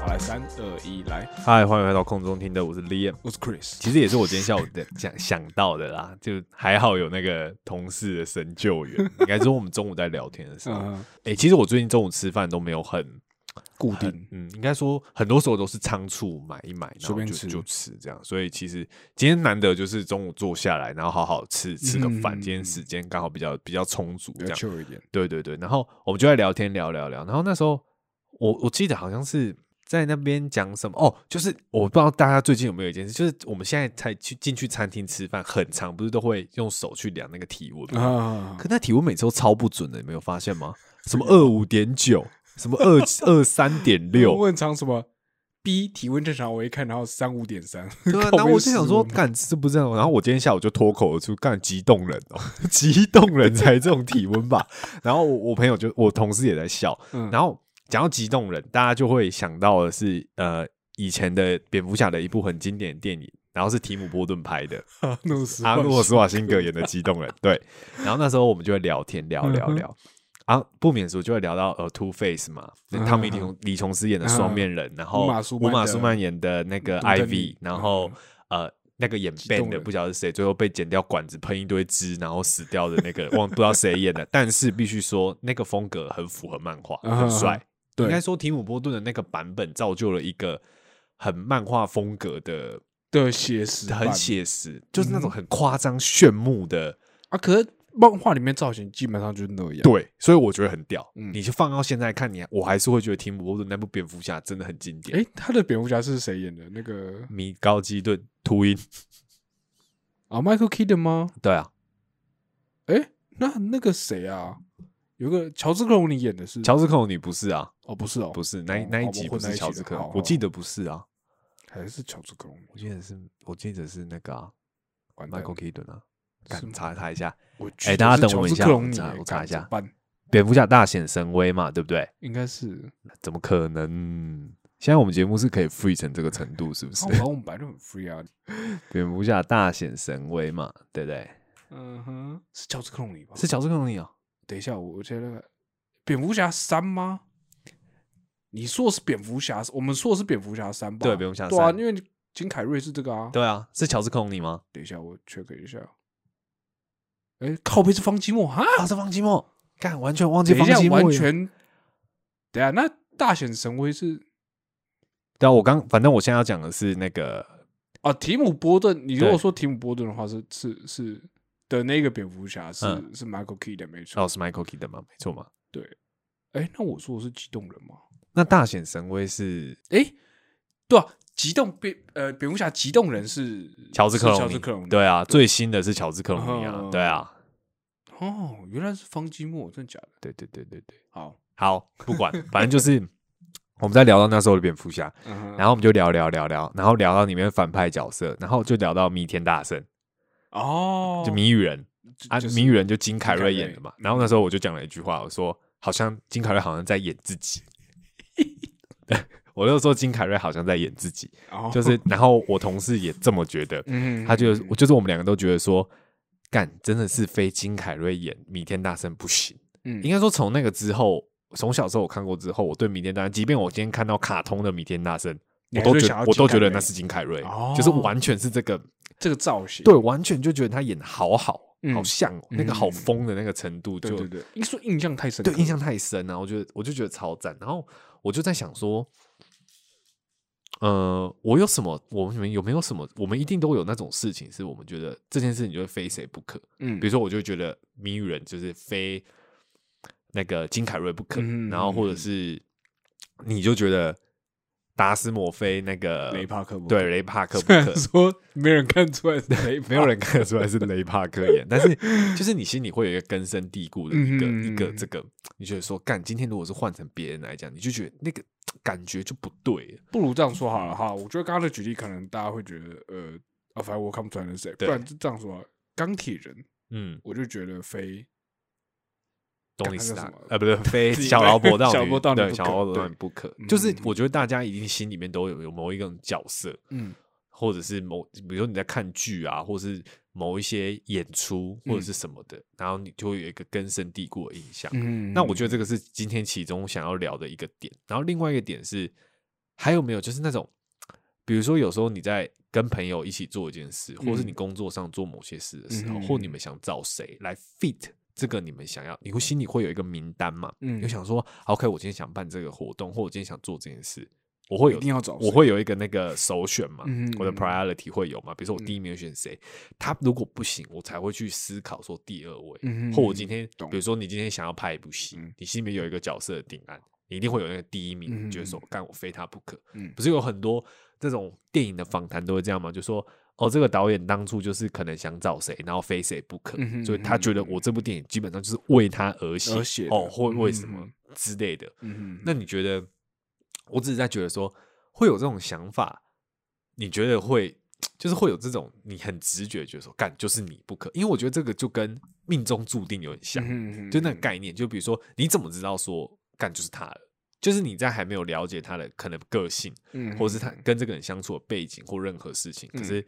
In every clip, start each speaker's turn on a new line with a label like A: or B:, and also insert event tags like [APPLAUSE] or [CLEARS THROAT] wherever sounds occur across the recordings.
A: 好，来三二一，来，
B: 嗨，欢迎回到空中听的，我是 Liam。
A: 我是 Chris。
B: 其实也是我今天下午的想想到的啦，就还好有那个同事的神
A: [LAUGHS]
B: 救援，应该是我们中午在聊天的时候。
A: 嗯，
B: 哎、其实我最近中午吃饭都没有很
A: 固
B: 很
A: 定，
B: 嗯，应该说很多时候都是仓促买一买，然
A: 随
B: 后
A: 便
B: 就
A: 吃
B: 就吃这样。所以其实今天难得就是中午坐下来，然后好好吃吃个饭。
A: 嗯
B: 今天时间刚好比较比较充足，
A: 比
B: 这
A: 较
B: 样
A: chill 一点。
B: 对对对，然后我们就在聊天聊聊聊，然后那时候我我记得好像是在那边讲什么哦，就是我不知道大家最近有没有一件事，就是我们现在才去进去餐厅吃饭，很长不是都会用手去量那个体温吗？
A: 啊，
B: 可那体温每次都超不准的，你没有发现吗？什么二五点九，什么二二三点
A: 我
B: 六，
A: 们很常什么 B 体温正常，我一看然后三五点三， [LAUGHS]
B: [LAUGHS] 对啊，
A: 靠
B: 然后
A: 边
B: 我就想说，
A: 室温
B: 干这不是这样。然后我今天下午就脱口而出，干激动人哦， [LAUGHS] 激动人才这种体温吧。然后我我朋友就我同事也在笑，
A: 嗯
B: 然后讲到激动人，大家就会想到的是呃以前的蝙蝠侠的一部很经典的电影，然后是提姆波顿拍的，
A: 阿诺斯
B: 阿诺斯
A: 瓦
B: 瓦辛格演的激动人，对。然后那时候我们就会聊天聊
A: 嗯
B: 聊
A: 哼
B: 聊。啊，不免俗就会聊到呃，Two Face 嘛，那
A: 嗯
B: 汤米
A: 嗯
B: 李琼李琼斯演的双面人，然后
A: 乌玛苏曼的
B: 苏曼演的那个
A: 杜登
B: IV，
A: 利
B: 然后呃那个演 Ben
A: 动
B: 的
A: 人
B: 不晓得是谁，最后被剪掉管子喷一堆汁，然后死掉的那个忘不知道谁演的，但是必须说那个风格很符合漫画，
A: 嗯
B: 很帅
A: 嗯。对
B: 应该说提姆波顿的那个版本造就了一个很漫画风格的
A: 的写实
B: 很
A: 版
B: 写实，就是那种很夸张炫目的。
A: 啊，可是漫画里面造型基本上就是那样。
B: 对，所以我觉得很屌。
A: 嗯
B: 你就放到现在看，你我还是会觉得提姆波顿那部蝙蝠侠真的很经典。
A: 诶，他的蝙蝠侠是谁演的？那个
B: 米高基顿秃鹰，
A: 啊，Michael Keaton 吗？
B: 对啊，
A: 诶，那那个谁啊，有个乔治克隆尼演的是
B: 乔治克隆尼不是啊，
A: 哦，不是哦，
B: 不是那一
A: 哦
B: 那
A: 好
B: 一哦
A: 我
B: 集
A: 混
B: 不
A: 在
B: 是
A: 一起
B: 乔治
A: 了
B: 克隆
A: 好
B: 尼，我记
A: 好
B: 得不是啊，
A: 还是乔治克隆尼。
B: 我记得是我记得是那个啊
A: 完蛋
B: ，Michael Keaton 啊，
A: 是
B: 敢
A: 吗
B: 查查一下，
A: 我
B: 诶大家等我一下
A: 克
B: 我
A: 隆尼
B: 查
A: 耶
B: 我查
A: 干
B: 一下
A: 怎么办
B: 蝙蝠侠大显神威嘛，对不对？
A: 应该是，
B: 怎么可能？现在我们节目是可以 free 成这个程度，是不是
A: 好？吧，我们本来就很 free
B: [LAUGHS]
A: 啊。
B: 蝙蝠侠大显神威嘛，对不对？
A: 嗯哼，是乔治克隆尼吧？
B: 是乔治克隆尼啊、
A: 等一下，我我觉得蝙蝠侠三吗？你说的是蝙蝠侠，我们说的是蝙蝠侠三吧？
B: 对蝙蝠侠
A: 对啊，
B: 三
A: 因为金凯瑞是这个啊。
B: 对啊，是乔治克隆尼吗？
A: 等一下，我 check 一下。哎，靠背是方积木哈？
B: 啊，是方积木，干完全忘记
A: 等一
B: 方
A: 下
B: 积，木耶，
A: 完全。等一下，那大显神威是
B: 对啊，我刚反正我现在要讲的是那个，
A: 啊，提姆波顿。你如
B: 对
A: 果说提姆波顿的话，是是是的那个蝙蝠侠是、
B: 嗯
A: 是 Michael Keaton 没错。
B: 哦，是 Michael Keaton 吗？没错嘛。
A: 哎、那我说的是激动人吗？
B: 那大显神威是
A: 哎、对啊，激动蝙呃蝙蝠侠激动人是
B: 乔治克隆尼，
A: 是乔治克隆尼
B: 对啊，最新的是乔治克隆尼啊，
A: 嗯
B: 对啊，
A: 哦，原来是方积木，真的假的？
B: 对对对对对，
A: 好，
B: 好，不管，反正就是我们在聊到那时候的蝙蝠侠，
A: 嗯哼
B: 然后我们就聊聊聊聊，然后聊到里面反派角色，然后就聊到弥天大圣，
A: 哦，
B: 就谜语人
A: 就
B: 啊，
A: 就是
B: 谜语人就金凯
A: 凯
B: 瑞
A: 瑞
B: 演的嘛。然后那时候我就讲了一句话，我说好像金凯瑞好像在演自
A: [LAUGHS]
B: 己，我就说金凯瑞好像在演自己，
A: 哦
B: 就是，然后我同事也这么觉得，
A: 嗯
B: 他觉得我就是我们两个都觉得说，干真的是非金凯瑞演弥天大圣不行。
A: 嗯
B: 应该说从那个之后，从小时候我看过之后，我对弥天大圣，即便我今天看到卡通的弥天大圣，
A: 你
B: 我
A: 还是
B: 都觉
A: 想
B: 得
A: 要
B: 我都
A: 金
B: 觉得
A: 凯瑞
B: 那是金凯瑞
A: 哦，
B: 就是完全是这个
A: 这个造型，
B: 对，完全就觉得他演的好好，
A: 嗯
B: 好像、哦
A: 嗯
B: 那个好疯的那个程度就，
A: 对对对，因为说印象太深刻，
B: 对印象太深了、我觉得我就觉得超赞。然后我就在想说，呃，我有什么？我们有没有什么？我们一定都有那种事情，是我们觉得这件事情就会非谁不可。
A: 嗯，
B: 比如说，我就觉得谜语人就是非那个金凯瑞不可，
A: 嗯
B: 然后或者是你就觉得达斯摩菲那个
A: 雷帕克不可
B: 对雷帕克不
A: 虽 [LAUGHS]
B: 可
A: 然，说没人看出来是雷
B: 没有
A: 人
B: 人看得出来是雷帕克演，但是就是你心里会有一个根深蒂固的一个、
A: 嗯
B: 一个这个，你觉得说干，今天如果是换成别人来讲，你就觉得那个感觉就不对了。
A: 不如这样说好了哈，我觉得刚刚的举例可能大家会觉得呃啊，反正我看不出来是谁，不
B: 对
A: 然就这样说好了，钢铁人
B: 嗯，
A: 我就觉得非
B: 东尼斯
A: 干那个什么
B: 塔克，呃， [LAUGHS] 不是非
A: 自己
B: 小劳勃道
A: 小劳勃道
B: 女，
A: 女
B: 对，
A: 不
B: 小
A: 可
B: 劳勃道
A: 对
B: 女不可。
A: 嗯
B: 就是
A: 嗯
B: 我觉得大家一定心里面都有有某一个角色，
A: 嗯
B: 或者是某，比如说你在看剧啊，或是某一些演出或者是什么的，然后你就会有一个根深蒂固的印象。
A: 嗯，
B: 那我觉得这个是今天其中想要聊的一个点。然后另外一个点是，还有没有就是那种，比如说有时候你在跟朋友一起做一件事，或是你工作上做某些事的时候，
A: 嗯
B: 或你们想找谁来 fit 这个你们想要，你会心里会有一个名单嘛？
A: 嗯
B: 就想说，OK，我今天想办这个活动，或我今天想做这件事，我会有
A: 一定要找谁
B: 我会有一个那个首选嘛，
A: 嗯
B: 我的
A: 嗯
B: priority 会有嘛？比如说我第一名会选谁，他如果不行，我才会去思考说第二位，
A: 嗯
B: 或我今天，
A: 懂
B: 比如说你今天想要拍一部戏，
A: 嗯
B: 你心里面有一个角色的定案，你一定会有那个第一名，你觉得说
A: 嗯
B: 干我非他不可。
A: 嗯
B: 不是有很多这种电影的访谈都会这样吗？就说哦，这个导演当初就是可能想找谁，然后非谁不可，
A: 嗯哼
B: 所以他觉得我这部电影基本上就是为他而写，
A: 而写的
B: 哦，或为什么
A: 嗯
B: 之类的。
A: 嗯
B: 那你觉得？我只是在觉得说，会有这种想法，你觉得会就是会有这种你很直觉觉得说，干就是你不可，因为我觉得这个就跟命中注定有点像，
A: 嗯
B: 就那个概念。就比如说，你怎么知道说干就是他了？就是你在还没有了解他的可能个性，
A: 念
B: 或是他跟这个人相处的背景或任何事情，可
A: 嗯
B: 是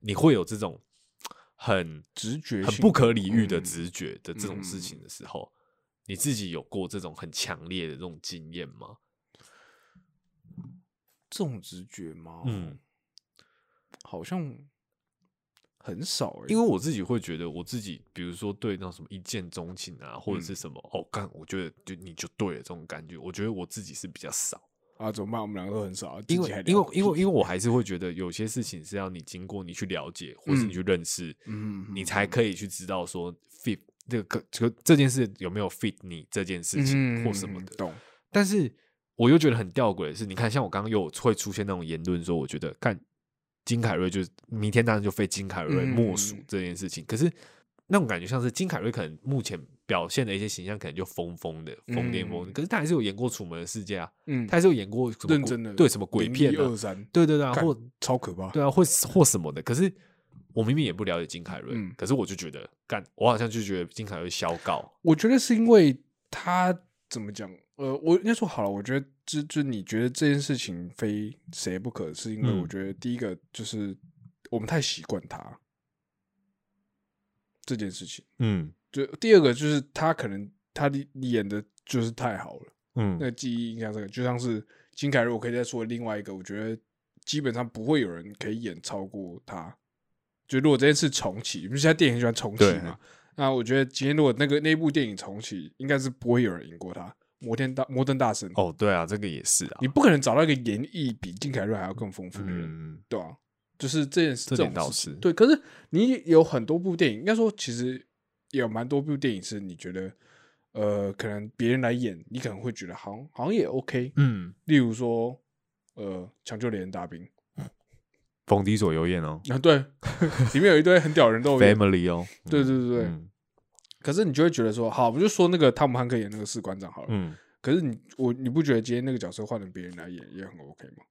B: 你会有这种很
A: 直觉
B: 很
A: 性
B: 不
A: 的
B: 可理喻的
A: 嗯
B: 直觉的这种事情的时候，你自己有过这种很强烈的这种经验吗？
A: 这种直觉吗？
B: 嗯，
A: 好像很少欸，
B: 因为我自己会觉得，我自己比如说对那种什么一见钟情啊，或者是什么、哦，干，我觉得就你就对了这种感觉，我觉得我自己是比较少，
A: 啊，怎么办？我们两个都很少，啊
B: 因
A: 自己还
B: 为
A: 聊
B: 因为因为因为我还是会觉得有些事情是要你经过你去了解，或是你去认识，
A: 嗯
B: 你才可以去知道说 fit 这个这个这件事有没有 fit 你这件事情或什么的。
A: 懂？
B: 但是我又觉得很吊诡的是，你看，像我刚刚又会出现那种言论说，我觉得看金凯瑞就是明天当然就非金凯瑞
A: 嗯
B: 莫属这件事情，可是那种感觉像是金凯瑞可能目前表现的一些形象可能就疯疯的、疯癫疯的，
A: 嗯
B: 可是他还是有演过《楚门的世界》啊，
A: 嗯，
B: 他还是有演过什么
A: 认
B: 鬼
A: 真的
B: 对什么鬼片啊
A: 二，三，
B: 对对对啊，
A: 干
B: 或
A: 超可怕，
B: 对啊，或或什么的，可是。我明明也不了解金凯瑞，
A: 嗯
B: 可是我就觉得，干，我好像就觉得金凯瑞小搞，
A: 我觉得是因为他怎么讲？呃，我应该说好了，我觉得就就你觉得这件事情非谁不可，是因为
B: 嗯
A: 我觉得第一个就是我们太习惯他这件事情，
B: 嗯
A: 就第二个就是他可能他演的就是太好了，
B: 嗯
A: 那个记忆印象深刻，就像是金凯瑞，我可以再说另外一个，我觉得基本上不会有人可以演超过他。就如果这件事重启，因为现在电影很喜欢重启
B: 对
A: 嘛，那我觉得今天如果那个那部电影重启，应该是不会有人赢过他。摩天大摩登大神，
B: 哦，对啊，这个也是啊，
A: 你不可能找到一个演绎比金凯瑞还要更丰富的人，
B: 嗯，
A: 对啊，就是这件事，
B: 这
A: 种
B: 点倒
A: 事情
B: 是
A: 对。可是你有很多部电影，应该说其实也有蛮多部电影是你觉得，呃，可能别人来演，你可能会觉得好像好像也 OK，
B: 嗯，
A: 例如说，呃，抢救连人大兵
B: 逢低左右宴哦
A: 啊，对， [LAUGHS] 里面有一堆很屌的人都有演，
B: ，Family 哦，
A: 对对
B: 嗯
A: 对对。
B: 嗯
A: 可是你就会觉得说，好，我就说那个汤姆汉克演那个士官长好了。
B: 嗯，
A: 可是你我你不觉得今天那个角色换成别人来演也很 OK 吗？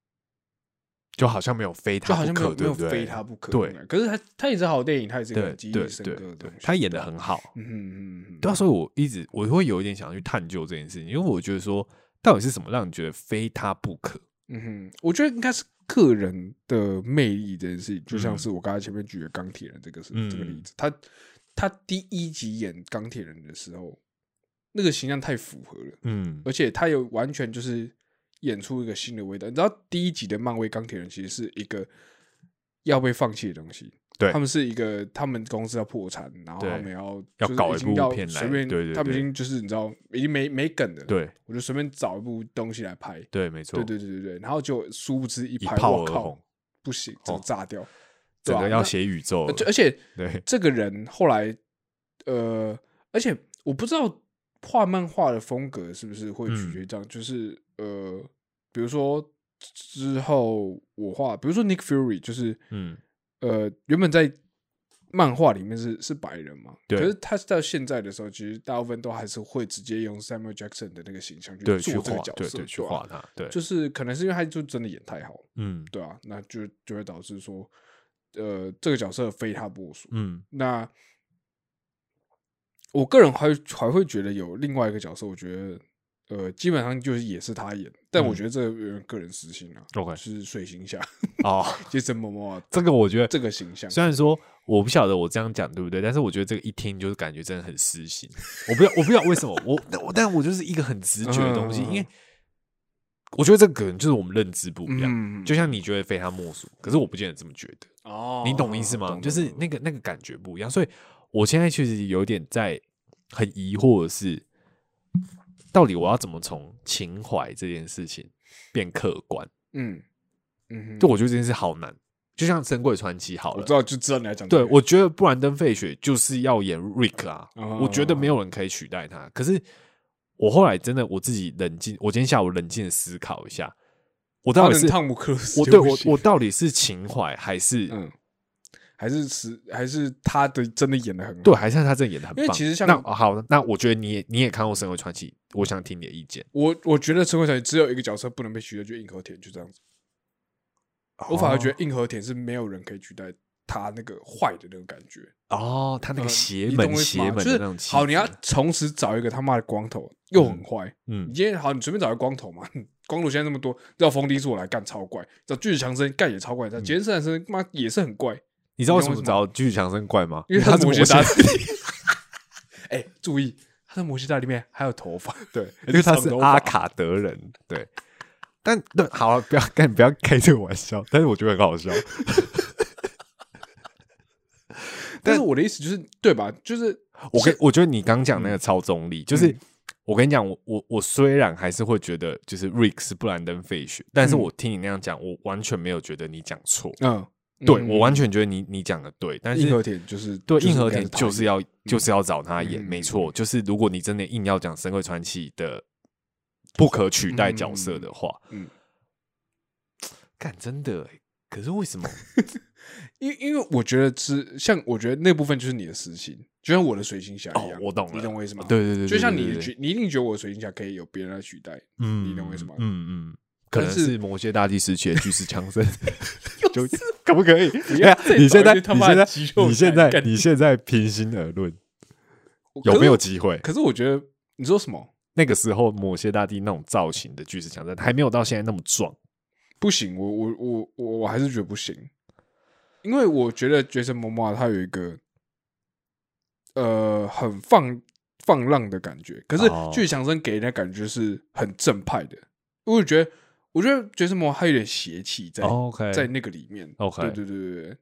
B: 就好像没有非
A: 就
B: 他
A: 好
B: 不
A: 像没有
B: 可，
A: 没
B: 对
A: 有
B: 不对？
A: 非他不可。
B: 对，
A: 可是他他也是好电影，他也是一个
B: 对
A: 很记
B: 对
A: 忆深刻
B: 对
A: 的东
B: 对
A: 西。，
B: 他演的很好，
A: 嗯嗯嗯，
B: 对啊，所以我一直我会有一点想要去探究这件事情，因为我觉得说到底是什么让你觉得非他不可？
A: 嗯哼，我觉得应该是个人的魅力这件事情，就像是我刚才前面举的钢铁人这个是、这个例
B: 嗯
A: 子，他他第一集演钢铁人的时候，那个形象太符合了，
B: 嗯
A: 而且他有完全就是演出一个新的味道。你知道第一集的漫威钢铁人其实是一个要被放弃的东西，
B: 对
A: 他们是一个他们公司要破产，然后
B: 对
A: 他们要
B: 要
A: 就是
B: 搞
A: 已
B: 一
A: 经
B: 部
A: 要
B: 片来
A: 随便，
B: 对对
A: 他们已
B: 对
A: 经就是你知道已经没没梗的了，
B: 对
A: 我就随便找一部东西来拍，
B: 对，没错，
A: 对对对对对，然后就殊不知一
B: 一
A: 拍，
B: 炮
A: 我
B: 而
A: 靠
B: 红，
A: 不行，整
B: 哦
A: 个炸掉，对
B: 整
A: 啊
B: 个要
A: 那
B: 写宇宙
A: 呃
B: 了，
A: 就而且
B: 对，
A: 这个人后来，呃，而且我不知道画漫画的风格是不是会取
B: 嗯
A: 决于这样，就是呃，比如说之后我画，比如说 Nick Fury，就是
B: 嗯
A: 呃，原本在漫画里面是是白人嘛，
B: 对
A: 可是他到现在的时候，其实大部分都还是会直接用 Samuel Jackson 的那个形象去
B: 对，
A: 做
B: 去
A: 这个
B: 画，
A: 角
B: 对
A: 色，
B: 对，去
A: 啊
B: 画它，对，
A: 就是可能是因为他就真的演太好了，
B: 嗯
A: 对啊，那就就会导致说，呃，这个角色非他不属。
B: 嗯
A: 那我个人还还会觉得有另外一个角色，我觉得呃，基本上就是也是他演，但我
B: 嗯
A: 觉得这有点个人私心啊。
B: OK
A: 就是水行侠，
B: 哦，
A: 就是某某啊
B: 这个我觉得
A: 这个形象，嗯
B: 虽然说我不晓得我这样讲对不对，但是我觉得这个一听就是感觉真的很私心。我不要，我不知道为什么，我但我 [LAUGHS] 但我就是一个很直觉的东西，
A: 嗯
B: 因为我觉得这个可能就是我们认知不一样。
A: 嗯，
B: 就像你觉得非他莫属，可是我不见得这么觉得，
A: 哦，
B: 你懂意思吗？
A: 懂
B: 就是
A: 懂
B: 那个那个感觉不一样，所以我现在确实有点在很疑惑的是，到底我要怎么从情怀这件事情变客观？
A: 嗯嗯哼，
B: 就我觉得这件事好难，就像《神鬼传奇》好
A: 我
B: 了
A: 知，道，就知道你要讲这
B: 对，
A: 个
B: 我觉得布兰登·费雪就是要演 Rick 啊，
A: 哦
B: 我觉得没有人可以取代他。可是我后来真的我自己冷静，我今天下午冷静的思考一下，我到
A: 他
B: 底
A: 跟
B: 是
A: 汤姆克鲁斯
B: 我对
A: 就不
B: 我
A: 行
B: 我到底是情怀还是、
A: 嗯，还是实还是他的真的演的很好，
B: 对，还是他真的演的很
A: 因
B: 棒？
A: 为其实像
B: 那哦好，那我觉得你也你也看过《神鬼传奇》，我想听你的意见。
A: 我我觉得陈慧小姐只有一个角色不能被取代，就是硬核田，就这样子。我反而觉
B: 得
A: 得硬核田是没有人可以取代他那个坏的那个感觉，
B: 哦，他那
A: 呃
B: 个邪
A: 你懂
B: 门
A: 我意思吗
B: 邪
A: 就
B: 门的
A: 是
B: 那种气质，
A: 好，你要从此找一个他妈的光头，又很坏。你
B: 嗯
A: 今天好，你随便找一个光头嘛，光头现在这么多，叫冯迪我来干超怪，找巨石强森干也超怪，找
B: 嗯
A: 杰森·斯坦森妈也是很怪，
B: 你知道为
A: 你懂我
B: 什么
A: 意思吗
B: 找巨强生怪吗？
A: 因为
B: 他
A: 是
B: 是
A: 摩
B: 魔
A: 羯
B: 羯
A: 大
B: 座。
A: 的。 [LAUGHS] 哎、注意，他的摩羯大里面还有头发，对，
B: [LAUGHS] 因为他
A: 长
B: 是
A: 头
B: 阿
A: 发，
B: 卡德人，对。但对，好啊、不要干，不要开这个玩笑。但是我觉得很好笑。
A: 但是我的意思就是，对吧？就是嗯
B: 我跟我觉得你刚讲那个超中立，就是我跟你讲，我我我虽然还是会觉得就是 Rick 是布兰登·费雪，但是
A: 嗯
B: 我听你那样讲，我完全没有觉得你讲错。
A: 嗯，
B: 对
A: 嗯
B: 我完全觉得你你讲的对，但是
A: 硬核田就是
B: 对
A: 就是
B: 硬核
A: 应该
B: 田
A: 是他
B: 就是要就是要找他演，
A: 嗯
B: 没错。就是如果你真的硬要讲《神鬼传奇》的不可取代角色的话，
A: 嗯嗯
B: [SNIFFS] 干真的欸、可是为
A: [LAUGHS]
B: 什么？
A: 因因为我觉得是像我觉得那部分就是你的私心，就像我的水星侠一
B: 哦
A: 样，，
B: 我懂了，
A: 你懂我意思吗？
B: 对对对，
A: 就像
B: 对
A: 你，
B: 对对
A: 觉你一定觉得我的水星侠可以有别人来取代，
B: 嗯，
A: 你懂我意思吗
B: 嗯嗯，可能
A: 但是
B: 是魔界大帝时期的巨石强
A: [LAUGHS]
B: 森，就可不可以？
A: 不要
B: 哎你
A: 再
B: 现
A: 找一
B: 在
A: 些他
B: 你
A: 妈
B: 现
A: 的
B: 在
A: 肌肉
B: 你现
A: 男
B: 在
A: 干
B: 你现在平心而论，
A: 我
B: 有没？有
A: 可是
B: 机会？ [LAUGHS]
A: 可是我觉得你说什么
B: 那个时候魔界大帝那种造型的巨石强森还没有到现在那么壮。
A: 不行，我我我我我还是觉得不行，因为我觉得杰森·摩摩他有一个呃很放放浪的感觉，可是
B: 哦
A: 巨强森给人的感觉是很正派的，因为我觉得我觉得杰森·摩摩他有点邪气在
B: 哦 OK，
A: 在那个里面。
B: OK
A: 对对对对对。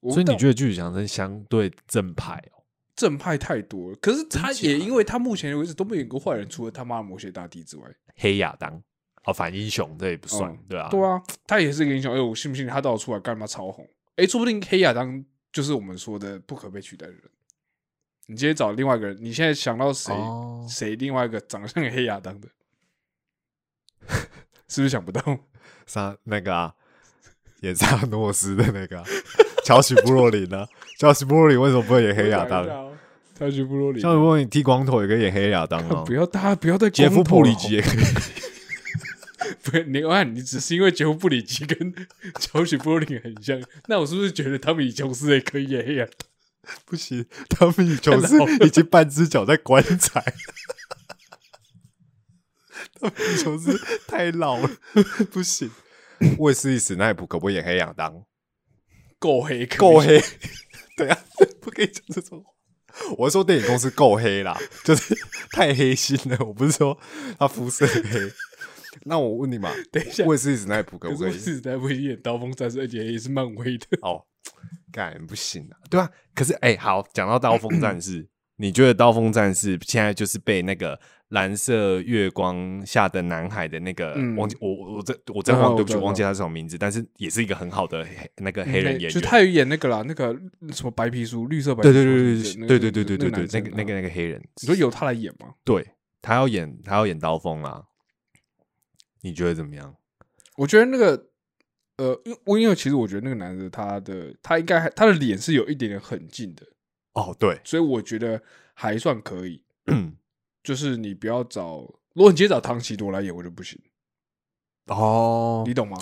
A: 我
B: 所以
A: 但
B: 你觉得巨石强森相对正派哦？
A: 正派太多了，可是他
B: 真假
A: 也因为他目前为止都没有一个坏人，除了他妈的魔蝎大帝之外，
B: 黑亚当哦，反英雄这也不算
A: 嗯，
B: 对吧？
A: 对啊，他也是一个英雄。哎、我信不信他到出来干嘛超红？哎、说不定黑亚当就是我们说的不可被取代的人。你今天找另外一个人，你现在想到谁？
B: 哦
A: 谁、另外一个长得像黑亚当的？是不是想不到？
B: 杀那个啊，演萨诺斯的那个啊、乔许布洛林啊，乔许布洛林为什么不会演 [LAUGHS] 黑亚当？
A: 我想一下哦，他去布洛里，
B: 乔许布洛林剃光头也可以演黑亚当哦
A: 不。要大家不要再
B: 杰夫
A: 光头
B: 布里
A: 了好
B: 吉也可以，
A: [LAUGHS] 不，你看，你只是因为杰夫布里吉跟 [LAUGHS] 乔许布林很像，那我是不是觉得他们以琼斯也可以演黑亚当？
B: 不行，他们已经
A: 老了
B: 是已经半只脚在棺材了，他们已经是太老了，不行。卫斯理史奈普可不可以演黑亚当？
A: 够黑，可以
B: 够。黑， [LAUGHS] 对啊，不可以讲这种话。我是说电影公司够黑啦， [LAUGHS] 就是太黑心了。我不是说他肤
A: [LAUGHS]
B: 色黑。那我问你嘛，
A: 等一下
B: 卫斯理史奈普可
A: 可
B: 不
A: 是
B: 可
A: 我
B: 以？
A: 是在不会演刀锋战士，而且也是漫威的。
B: 哦，干不行啊，对啊。可是哎、好，讲到刀锋
A: [LAUGHS]
B: 战士，你觉得刀锋战士现在就是被那个蓝色月光下的男孩的那个、
A: 嗯
B: 忘记我我我真我真
A: 嗯
B: 忘
A: 我
B: 对不起
A: 知道
B: 忘记他是什么名字，但是也是一个很好的黑那个黑人演员，
A: 就他有演那个啦，那个什么白皮书，绿色白皮
B: 对
A: 书
B: 对
A: 什么
B: 对
A: 的
B: 对对对对对对
A: 男
B: 对，
A: 生
B: 那个那个
A: 啊
B: 那个黑人，
A: 你说由他来演吗？
B: 对他要演他要演刀锋啊，你觉得怎么样？
A: 我觉得那个呃，因为我因为其实我觉得那个男的他的他应该还他的脸是有一点点很近的，
B: 哦，对，
A: 所以我觉得还算可以。
B: 嗯，
A: [CLEARS THROAT] 就是你不要找，如果你直接找唐奇朵来演，我就不行，
B: 哦
A: 你，懂吗？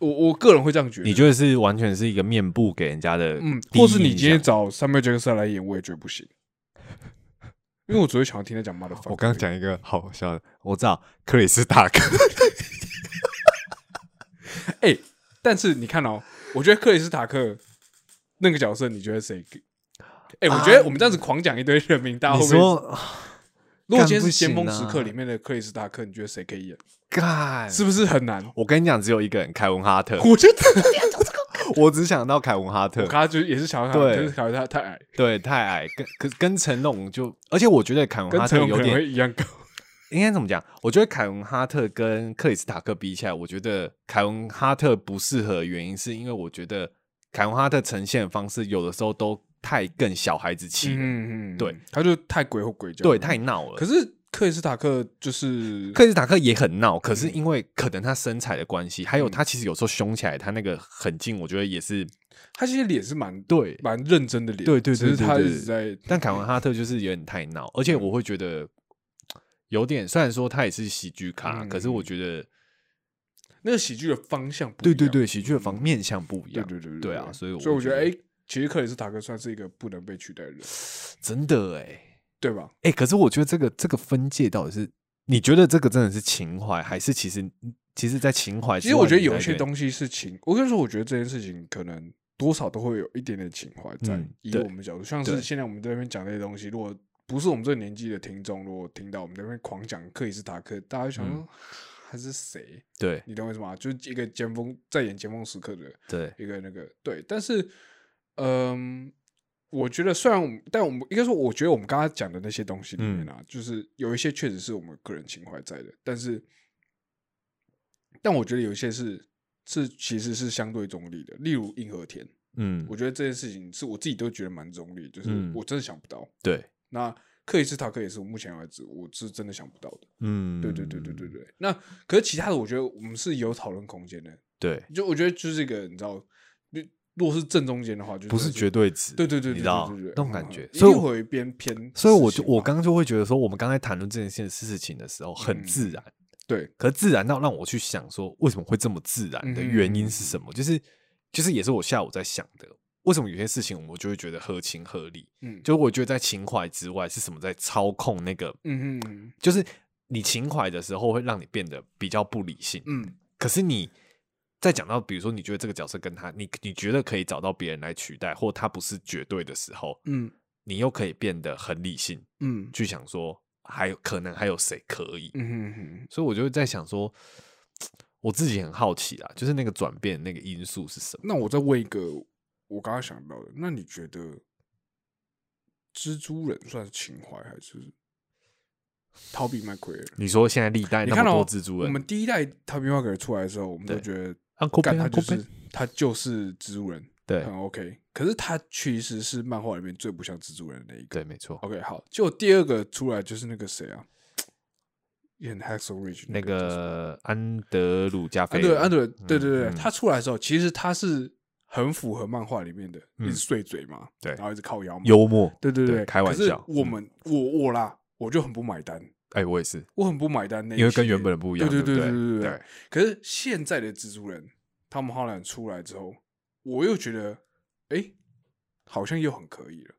A: 我我个人会这样觉得。
B: 你觉得是完全是一个面部给人家的
A: 嗯，
B: 第一
A: 或
B: 印象，
A: 是你今天找 Samuel Jackson 来演，我也觉得不行。因为我只会想要听他讲 mother fuck。
B: 我刚刚讲一个好笑的，我知道克里斯大哥，
A: 哎、但是你看哦，我觉得克里斯塔克那个角色，你觉得谁给？哎、我觉得我们这样子狂讲一堆人名，大家
B: 啊你
A: 会不会？
B: 说
A: 如果今天
B: 干不
A: 是《
B: 行
A: 尖峰
B: 啊哎
A: 时刻》里面的克里斯塔克，你觉得谁可以演？
B: 干，
A: 是不是很难？
B: 我跟你讲，只有一个人，凯文哈特，
A: 我觉得
B: [LAUGHS] 我只想到凯文哈特
A: 我，刚刚就是也是想要他，
B: 对
A: 可是考虑他太矮，
B: 对，太矮，跟跟跟成龙就，而且我觉得凯文
A: 跟
B: 哈
A: 成
B: 特
A: 龙
B: 有
A: 可能
B: 点嗯
A: 会一样高。
B: 应该怎么讲？我觉得凯文哈特跟克里斯塔克比起来，我觉得凯文哈特不适合，的原因是因为我觉得凯文哈特呈现的方式有的时候都太更小孩子气了，
A: 嗯嗯，嗯
B: 对，
A: 他就太鬼吼鬼叫，
B: 对，太。闹了。
A: 可是克里斯塔克就是
B: 克里斯塔克也很闹，可
A: 嗯
B: 是因为可能他身材的关系，还有他其实有时候凶起来，他那个很近，我觉得也是
A: 他其实脸是蛮
B: 对。
A: 蛮认真的脸，
B: 对对对
A: 只是
B: 对
A: 他
B: 对
A: 一直在，
B: 但凯文哈特就是有点太闹，而且
A: 嗯
B: 我会觉得有点，虽然说他也是喜剧咖，
A: 嗯
B: 可是我觉得
A: 那个喜剧的方向不一
B: 对
A: 样，嗯
B: 对对，喜剧的方面向不一
A: 对
B: 样，
A: 对对对
B: 对啊，所以
A: 所以我觉得哎
B: 哎。，
A: 其实克里斯塔克算是一个不能被取代的人，
B: 真的哎、欸、
A: 对吧？
B: 哎、可是我觉得这个这个分界到底是你觉得这个真的是情怀，还是其实其实，在情怀
A: 其
B: 之外？
A: 实我觉得有
B: 你
A: 一
B: 还
A: 些
B: 可以
A: 东西是情，我跟你说，我觉得这件事情可能多少都会有一点点情怀在。
B: 嗯
A: 以
B: 对
A: 我们角度，像是
B: 对
A: 现在我们这边讲这些东西，如果不是我们这个年纪的听众，如果听到我们这边狂讲克里斯塔克，大家会想
B: 嗯
A: 说、他是谁？
B: 对
A: 你懂我意思吗？就是一个尖峰在演尖峰时刻的
B: 对
A: 一个那个对，但是嗯、我觉得虽然我们，但我们应该说，我觉得我们刚刚讲的那些东西里
B: 嗯
A: 面啊，就是有一些确实是我们个人情怀在的，但是但我觉得有一些是是其实是相对中立的，例如硬和田，
B: 嗯
A: 我觉得这件事情是我自己都觉得蛮中立，就是
B: 嗯
A: 我真的想不到。
B: 对
A: 那克里斯塔克也是我目前为止我是真的想不到的，
B: 嗯
A: 对对对对对对。那可是其他的，我觉得我们是有讨论空间的，
B: 对，
A: 就我觉得就是一个你知道，就如果是正中间的话，就
B: 不是绝
A: 对，
B: 对值，
A: 对对对，
B: 你
A: 对
B: 知道
A: 对对对
B: 那种
A: 嗯
B: 感
A: 嗯
B: 觉，
A: 一
B: 所以
A: 定
B: 我
A: 会有一边偏，
B: 所以我就我
A: 刚
B: 刚刚就会觉得说，我们刚才谈论这件事事情的时候很
A: 嗯
B: 自然，
A: 对，
B: 可是自然到让我去想说，为什么会这么自然的
A: 嗯
B: 原因是什么？就是就是也是我下午在想的，为什么有些事情我就会觉得合情合理？
A: 嗯，
B: 就我觉得在情怀之外是什么在操控那个？
A: 嗯嗯
B: 就是你情怀的时候会让你变得比较不理性，
A: 嗯
B: 可是你在讲到比如说你觉得这个角色跟他，你你觉得可以找到别人来取代，或他不是绝对的时候，
A: 嗯
B: 你又可以变得很理性，
A: 嗯
B: 去想说还有可能还有谁可以，
A: 嗯嗯
B: 所以我就在想说，我自己很好奇啦，就是那个转变那个因素是什么？
A: 那我再问一个我刚刚想到的，那你觉得蜘蛛人算是情怀还是逃避麦奎尔？
B: 你说现在历代
A: 你
B: 哎那
A: 看
B: 么
A: 哦
B: 多蜘，蛛
A: 我
B: 人
A: 们第一代逃避麦奎尔出来的时候，我们都
B: 对
A: 觉得
B: ，Uncle
A: 干
B: Ben
A: 他就
B: Uncle
A: 是
B: Ben，
A: 他就是蜘蛛人，
B: 对
A: 很 OK。可是他其实是漫画里面最不像蜘蛛人的那一个。
B: 对，没错，
A: OK，好，就第二个出来就是那个谁啊，演 Hacksaw Ridge
B: 那
A: 叫什么
B: 个安德鲁加菲
A: 安
B: 尔，
A: 德安德，对对对，
B: 嗯
A: 他出来的时候，其实他是很符合漫画里面的，一直
B: 嗯
A: 碎嘴嘛，
B: 对
A: 然后一直靠腰嘛，
B: 幽默，
A: 对对
B: 对
A: 对，
B: 开玩
A: 可是
B: 笑
A: 我
B: 嗯
A: 们我我啦，我就很不买单，
B: 哎，我也是，
A: 我很不买单那一系
B: 因
A: 列，
B: 为跟原本的不一样，
A: 对
B: 对
A: 对对
B: 不
A: 对对
B: 对
A: 对。可是现在的蜘蛛人汤姆·哈兰出来之后，我又觉得，哎、好像又很可以了，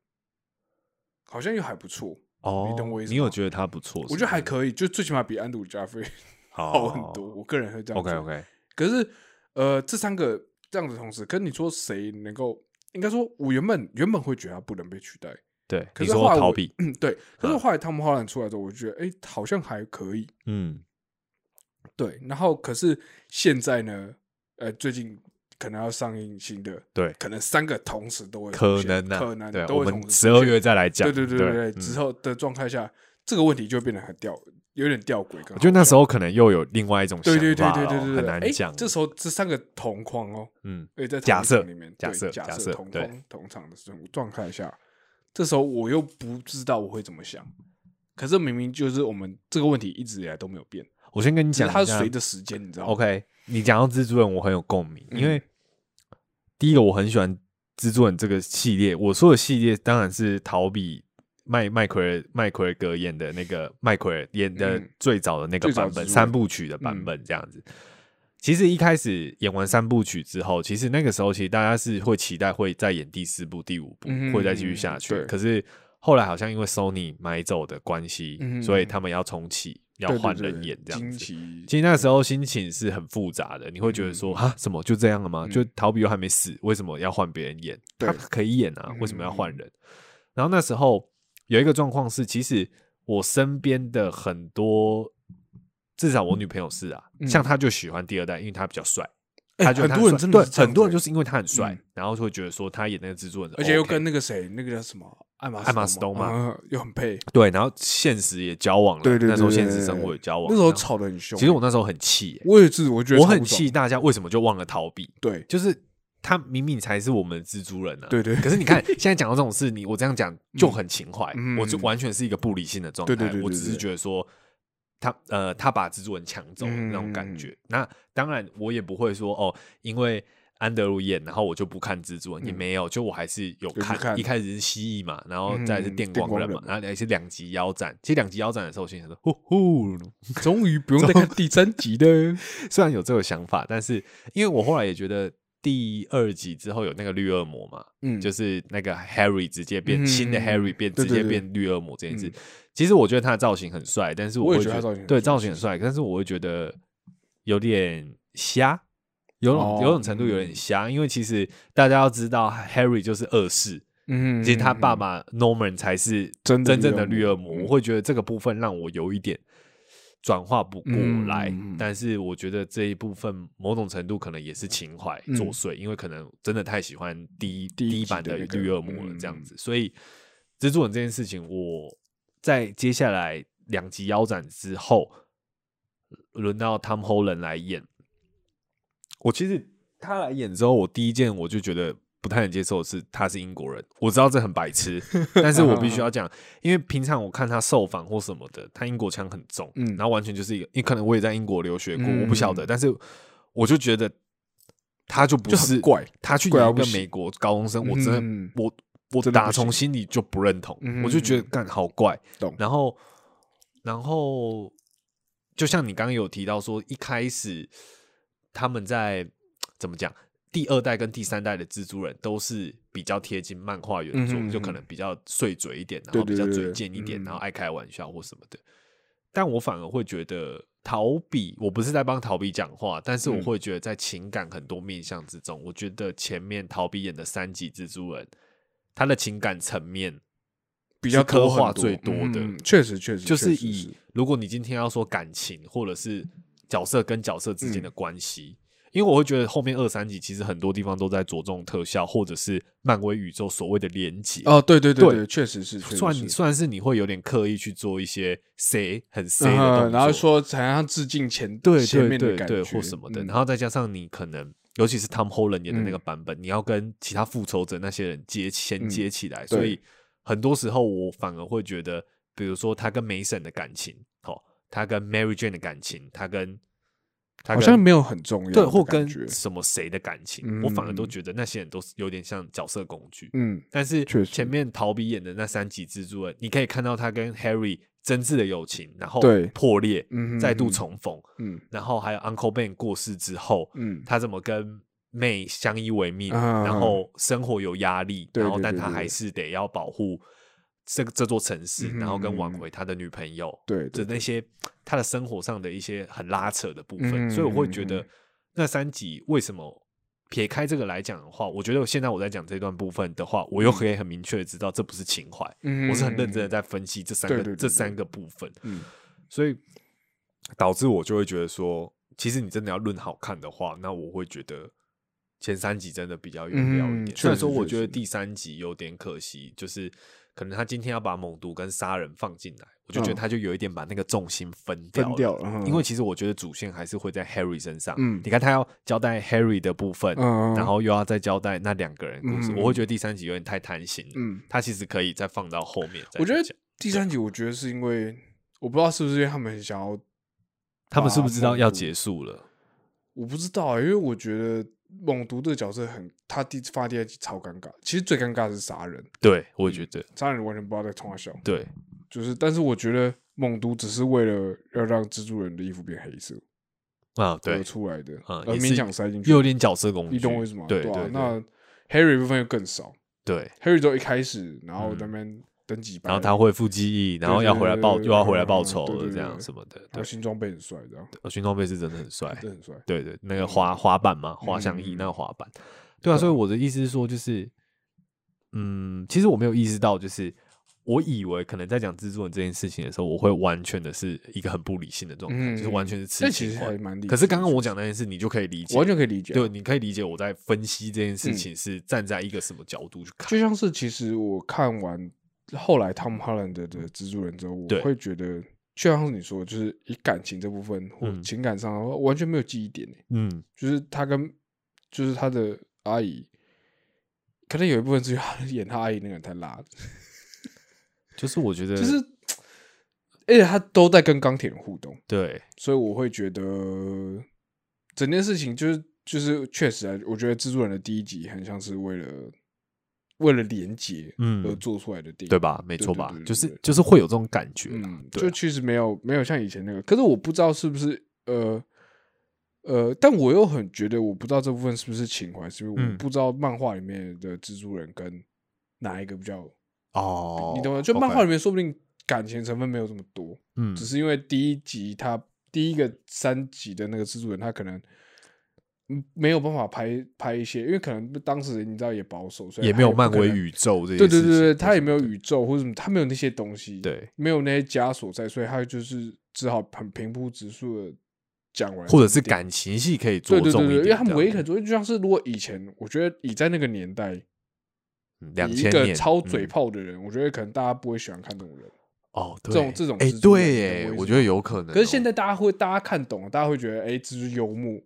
A: 好像又还不错，
B: 哦，
A: 你懂我意思
B: 你有
A: 吗
B: 觉得他不哦错？
A: 我觉得还可以，就最起码比安德鲁·加菲 [LAUGHS] 好
B: 好
A: 很多。。我个人会这样觉
B: OK
A: 得。
B: OK，
A: 可是，呃，这三个这样的同时，跟你说谁能够，应该说，我原本原本会觉得他不能被取代，
B: 对，
A: 可
B: 你
A: 是后
B: 说
A: 来
B: 逃
A: 我
B: 避，
A: 嗯，对。可是
B: 嗯
A: 后来汤姆·哈兰出来之后，我就觉得，哎、好像还可以，
B: 嗯，
A: 对，然后可是现在呢，呃，最近可能要上映新的，
B: 对，
A: 可能三个同时都会出
B: 可
A: 现
B: 能啊，
A: 可能
B: 对，
A: 都
B: 我
A: 会同
B: 们
A: 时
B: 十
A: 出
B: 二
A: 现
B: 月再来讲。
A: 对对对对对，
B: 嗯
A: 之后的状态下，这个问题就会变得很吊，有点吊诡。
B: 我觉得那时候可能又有另外一种想
A: 对对
B: 法
A: 对
B: 了，
A: 对对对对，
B: 很
A: 诶
B: 难讲。
A: 这时候这三个同框哦，
B: 嗯，
A: 对，在同一
B: 假设
A: 场里面，
B: 假
A: 对
B: 设
A: 假
B: 假
A: 设
B: 设
A: 同
B: 对
A: 框同场的这种状态下，这时候我又不知道我会怎么想。可是明明就是我们这个问题一直以来都没有变，
B: 我先跟你
A: 只
B: 讲
A: 是
B: 一
A: 它
B: 下
A: 随着时间，你知道吗？
B: OK，你讲到蜘蛛人，我很有共鸣，因
A: 嗯
B: 为第一个我很喜欢蜘蛛人这个系列。我说的系列当然是逃避麦麦奎尔麦奎尔格演的那个麦奎尔演的
A: 嗯
B: 最早的那个
A: 最早
B: 版本、
A: 蜘蛛
B: 三
A: 人
B: 部曲的版
A: 嗯
B: 本这样子。其实一开始演完三部曲之后，其实那个时候其实大家是会期待会再演第四部、第五部，
A: 嗯哼
B: 会再继续下去。
A: 对
B: 可是后来好像因为 Sony 买走的关系，
A: 嗯
B: 所以他们要重启，要
A: 对对
B: 换
A: 对
B: 人演这样
A: 惊
B: 子。
A: 奇
B: 其实那时候心情是很复杂的，你会觉得说啊、什么就这样了吗？
A: 嗯
B: 就陶比又还没死，为什么要换别人演？
A: 对
B: 他可以演啊
A: 嗯，
B: 为什么要换人？然后那时候有一个状况是，其实我身边的很多，至少我女朋友是啊，
A: 嗯
B: 像她就喜欢第二代，因为她比较帅。
A: 哎
B: 她就
A: 很多人真的
B: 对
A: 是这样
B: 很多人
A: 子
B: 就是因为他很帅，
A: 嗯
B: 然后就会觉得说他演那个蜘蛛人，
A: 而且又跟那个谁，那个叫什么艾玛
B: 艾玛
A: 斯通
B: Stone 嘛
A: 嗯又很配。
B: 对，然后现实也交往了，
A: 对对对，
B: 那时候
A: 对
B: 现
A: 对
B: 实
A: 对
B: 生活也交往，
A: 那时候
B: 然后
A: 吵得很凶。
B: 其实我那时候很气耶、
A: 我也是，我觉得
B: 我
A: 超
B: 很
A: 不爽
B: 气。大家为什么就忘了逃避，
A: 对
B: 就是他明明才是我们的蜘蛛人啊，
A: 对对
B: 可是你看，现在讲到这种事，你我这样讲就很情怀，
A: 嗯
B: 我就完全是一个不理性的状态。
A: 对对对对
B: 我只是觉得说，他呃，他把蜘蛛人抢走了
A: 嗯
B: 那种感觉。那当然，我也不会说哦，因为安德鲁演，然后我就不看蜘蛛人，也没有，就我还是
A: 嗯有
B: 有
A: 去
B: 看。
A: 看
B: 一开始是蜥蜴嘛，然后再来是
A: 嗯
B: 电
A: 电
B: 光人
A: 光人，
B: 嘛然后也是两极腰斩。其实两极腰斩的时候，我心想说，呼呼，
A: 终于不用再看第三集的。
B: [LAUGHS] 虽然有这个想法，但是因为我后来也觉得。第二集之后有那个绿恶魔嘛，
A: 嗯，
B: 就是是那个 Harry 直接变、
A: 嗯
B: 新的 Harry 变
A: 对
B: 直
A: 对
B: 接
A: 对
B: 变绿恶魔这件事，
A: 嗯
B: 其实我觉得他的造型很帅，但是
A: 我
B: 会
A: 也
B: 觉
A: 觉得他
B: 得
A: 造型很
B: 对
A: 帅
B: 造型很帅，但是我会觉得有点瞎，有种、
A: 哦
B: 有种程度有点瞎，因为其实大家要知道 Harry 就是恶势，
A: 嗯，
B: 其实他爸
A: 嗯
B: 爸 Norman 才是
A: 真的
B: 真正的
A: 绿
B: 绿
A: 恶
B: 恶
A: 魔
B: 魔，我会觉得这个部分让我有一点转化不过来
A: 嗯嗯嗯，
B: 但是我觉得这一部分某种程度可能也是情怀
A: 嗯
B: 作祟，因为可能真的太喜欢第一
A: 第一
B: 第一
A: 集
B: 版
A: 的
B: 的
A: 那个
B: 绿恶魔了
A: 嗯
B: 这样
A: 嗯
B: 子，所以蜘蛛人这件事情，我在接下来两集腰斩之后，轮到 Tom Holland 来演，我其实他来演之后，我第一件我就觉得不太能接受的是他是英国人，我知道这很
A: [LAUGHS]
B: 白痴，但是我必须要讲，因为平常我看他受访或什么的，他英国腔很重，
A: 嗯
B: 然后完全就是一个，因为可能我也在英国留学过，
A: 嗯
B: 我不晓得，但是我就觉得他就不
A: 就很
B: 是
A: 怪，
B: 他去
A: 怪到
B: 演一
A: 不
B: 个
A: 行
B: 美国高中生，我真的、
A: 嗯
B: 我我
A: 真的
B: 打
A: 不行
B: 从心里就不认同，
A: 嗯
B: 我就觉得干好怪，
A: 懂
B: 然后，然后，就像你刚刚有提到说，一开始他们在怎么讲，第二代跟第三代的蜘蛛人都是比较贴近漫画原作，
A: 嗯哼
B: 就可能比较碎嘴一点，然
A: 对
B: 后比较
A: 对对
B: 嘴贱一点，
A: 嗯
B: 然后爱开玩笑或什么的。但我反而会觉得逃避，我不是在帮逃避讲话，但是我
A: 嗯
B: 会觉得在情感很多面向之中，我觉得前面逃避演的三集蜘蛛人，他的情感层面
A: 比较
B: 是刻
A: 多很
B: 画最多的，
A: 嗯确实确实
B: 就
A: 确
B: 是
A: 实
B: 以如果你今天要说感情或者是角色跟角色之间
A: 嗯
B: 的关系，因为我会觉得后面二三集其实很多地方都在着重特效或者是漫威宇宙所谓的连接。
A: 哦，对对
B: 对
A: 对，确实是，确实
B: 算
A: 是
B: 算是你会有点刻意去做一些 C 很 C 的动作，
A: 嗯，然后说好像致敬前
B: 对
A: 前
B: 对
A: 面的
B: 对
A: 感
B: 对
A: 觉
B: 或什么的，
A: 嗯
B: 然后再加上你可能，尤其是 Tom Holland 演的那个
A: 嗯
B: 版本，你要跟其他复仇者那些人接衔
A: 嗯
B: 接起来，所
A: 对
B: 以很多时候我反而会觉得，比如说他跟 Mason 的感情，哦，他跟 Mary Jane 的感情，他跟他
A: 好
B: 跟
A: 像没有很重要的
B: 对，或
A: 感
B: 跟
A: 觉
B: 什么谁的感情，我反而都
A: 嗯
B: 觉得那些人都是有点像角色工具，
A: 嗯
B: 但是
A: 确实
B: 前面陶比演的那三集蜘蛛人，你可以看到他跟 Harry 真挚的友情，然后
A: 对
B: 破裂，
A: 嗯哼
B: 再度
A: 哼
B: 重逢，
A: 嗯
B: 然后还有 Uncle Ben 过世之后，
A: 嗯
B: 他怎么跟 May 相依为命，
A: 啊
B: 然后生活有压力，
A: 对
B: 然后
A: 对
B: 但
A: 对
B: 他
A: 对
B: 还是得要保护这个这座城市，
A: 嗯哼
B: 然后跟挽
A: 嗯哼
B: 回他的女朋友，
A: 对对
B: 的那些他的生活上的一些很拉扯的部分，
A: 嗯
B: 所以我会觉得
A: 嗯
B: 那三集为什么撇开这个来讲的话，我觉得现在我在讲这段部分的话，我又可以很明确的知道这不是情怀，
A: 嗯
B: 我是很认真的在分析这三个
A: 对对对
B: 这
A: 对
B: 三个部分，
A: 嗯
B: 所以导致我就会觉得说，其实你真的要论好看的话，那我会觉得前三集真的比较有料一
A: 嗯
B: 点。
A: 确
B: 虽然
A: 实
B: 说我
A: 确
B: 觉得
A: 实
B: 第三集有点可惜，就是可能他今天要把猛毒跟杀人放进来，我就觉得
A: 嗯
B: 他就有一点把那个重心分掉
A: 分
B: 了。
A: 掉了，
B: 因为其实我觉得主线还是会在 Harry 身上，
A: 嗯
B: 你看他要交代 Harry 的部分，
A: 嗯
B: 然后又要再交代那两个人的故事，
A: 嗯
B: 我会觉得第三集有点太贪心了，
A: 嗯，
B: 他其实可以再放到后面再
A: 我觉得
B: 讲
A: 第三集我觉得是因为我不知道是不是因为他们很想要，
B: 他们是不是知道
A: 猛
B: 要
A: 毒
B: 结束了？
A: 我不知道欸、因为我觉得猛毒这个角色很，他第发第二集超尴尬，其实最尴尬的是杀人，
B: 对，
A: 嗯
B: 我也觉得、
A: 杀人完全不知道在冲他笑，
B: 对，
A: 就是但是我觉得猛毒只是为了要让蜘蛛人的衣服变黑色
B: 啊，
A: 而
B: 对，
A: 出来的，
B: 啊
A: 而
B: 也是
A: 勉强塞进去
B: 又，有点角色工具，
A: 你懂我意思吗？
B: 对
A: 啊
B: 对，
A: 那 Harry 部分又更少
B: 对
A: ，Harry 只有一开始，然后
B: 嗯
A: 那边登几班，
B: 然后他恢复记忆，然后要回来报
A: 对对对对
B: 又要回来报仇
A: 对对对
B: 了，
A: 对
B: 这样什么的。
A: 他
B: 对，
A: 新装备很帅，这样
B: 呃勋装备是真的很帅，
A: 真的很帅。
B: 对对，那个滑滑板嘛，滑翔翼
A: 嗯
B: 那个滑板，对啊，所以我的意思是说，就是，嗯，其实我没有意识到，就是我以为可能在讲制作人这件事情的时候，我会完全的是一个很不理性的状态，就是完全是
A: 嗯但
B: 痴
A: 其
B: 情
A: 实
B: 话
A: 还蛮理解的。
B: 可是刚刚我讲那件事，你就可以理解，
A: 完全可以理解啊，
B: 对，你可以理解我在分析这件事情是站在一个什么角度去看，
A: 嗯就像是其实我看完后来汤姆·哈兰德的《蜘蛛人》之后，我
B: 嗯对
A: 会觉得，就像是你说的，就是以感情这部分或
B: 嗯
A: 情感上的话，完全没有记忆点、欸、
B: 嗯，
A: 就是他跟就是他的阿姨，可能有一部分是因 [LAUGHS] 为他演他阿姨那个人太辣了，
B: 就是我觉得
A: 就是，而且他都在跟钢铁人互动，
B: 对，
A: 所以我会觉得整件事情就是就是确实啊，我觉得《蜘蛛人》的第一集很像是为了为了连接
B: 嗯
A: 而做出来的电影，
B: 对吧？没
A: 对
B: 错
A: 对
B: 吧
A: 对？对
B: 就是
A: 对
B: 就是会有这种感觉啦，
A: 嗯，
B: 对
A: 就
B: 啊，
A: 其实没有没有像以前那个，可是我不知道是不是呃呃，但我又很觉得我不知道这部分是不是情怀，是因为我
B: 嗯
A: 不知道漫画里面的蜘蛛人跟哪一个比较，
B: 哦，
A: 你懂吗？就漫画
B: OK，
A: 里面说不定感情成分没有这么多，
B: 嗯
A: 只是因为第一集他第一个三集的那个蜘蛛人，他可能。嗯没有办法拍拍一些，因为可能当时你知道也保守，所以
B: 也
A: 他
B: 没有
A: 不
B: 漫
A: 可
B: 威
A: 能
B: 宇宙这些
A: 对
B: 事情，
A: 对对对，他也
B: 对
A: 没有宇宙或者什么，他没有那些东西，
B: 对，
A: 没有那些枷锁在，所以他就是只好很平铺直述的讲完，
B: 或者是感情戏可以着
A: 对对
B: 重
A: 对
B: 一
A: 对，
B: 点
A: 因
B: 这
A: 为
B: 样
A: 他
B: 子，
A: 们唯一可做，就像是如果以前，我觉得以在那个年代，
B: 两
A: 以一
B: 千
A: 个
B: 年
A: 超
B: 嗯
A: 嘴炮的人，我觉得可能大家不会喜欢看这种人，
B: 哦，
A: 这
B: 对
A: 种这种
B: 哎
A: 蜘蛛人
B: 对
A: 的
B: 耶
A: 我，也
B: 我
A: 是
B: 觉得有可能哦。
A: 可是现在大家会大家看懂了，大家会觉得哎，这是幽默，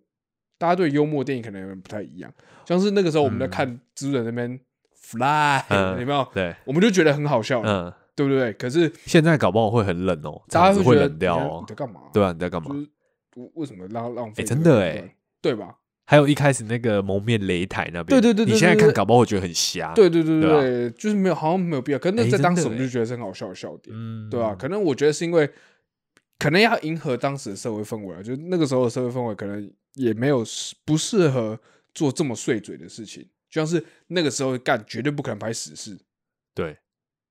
A: 大家对幽默电影可能有点不太一样，像是那个时候我们在
B: 嗯
A: 看蜘蛛人那边 fly，
B: 嗯
A: 有没有？
B: 对，
A: 我们就觉得很好笑了，
B: 嗯，
A: 对不对？可是
B: 现在搞不好会很冷哦，
A: 大
B: 场
A: 家
B: 子
A: 会觉得
B: 冷掉
A: 你在
B: 哦
A: 你在，干嘛？
B: 对啊，你在干嘛
A: 就？是为为什么浪浪费这
B: 哎
A: 个片段？
B: 真的哎
A: 对吧？
B: 还有一开始那个蒙面擂台那
A: 对
B: 边，
A: 对对对
B: 你现在
A: 对
B: 看
A: 对
B: 搞不好会觉得很瞎，
A: 对对对
B: 对
A: 对
B: 啊
A: 对，就是没有，好像没有必要。可是那
B: 哎
A: 在当时我
B: 真的
A: 们就觉得是很好笑的笑点，
B: 嗯，
A: 对吧、啊可能我觉得是因为，可能要迎合当时的社会氛围啊，就是那个时候的社会氛围可能也没有适不适合做这么碎嘴的事情，就像是那个时候干绝对不可能拍死事，
B: 对，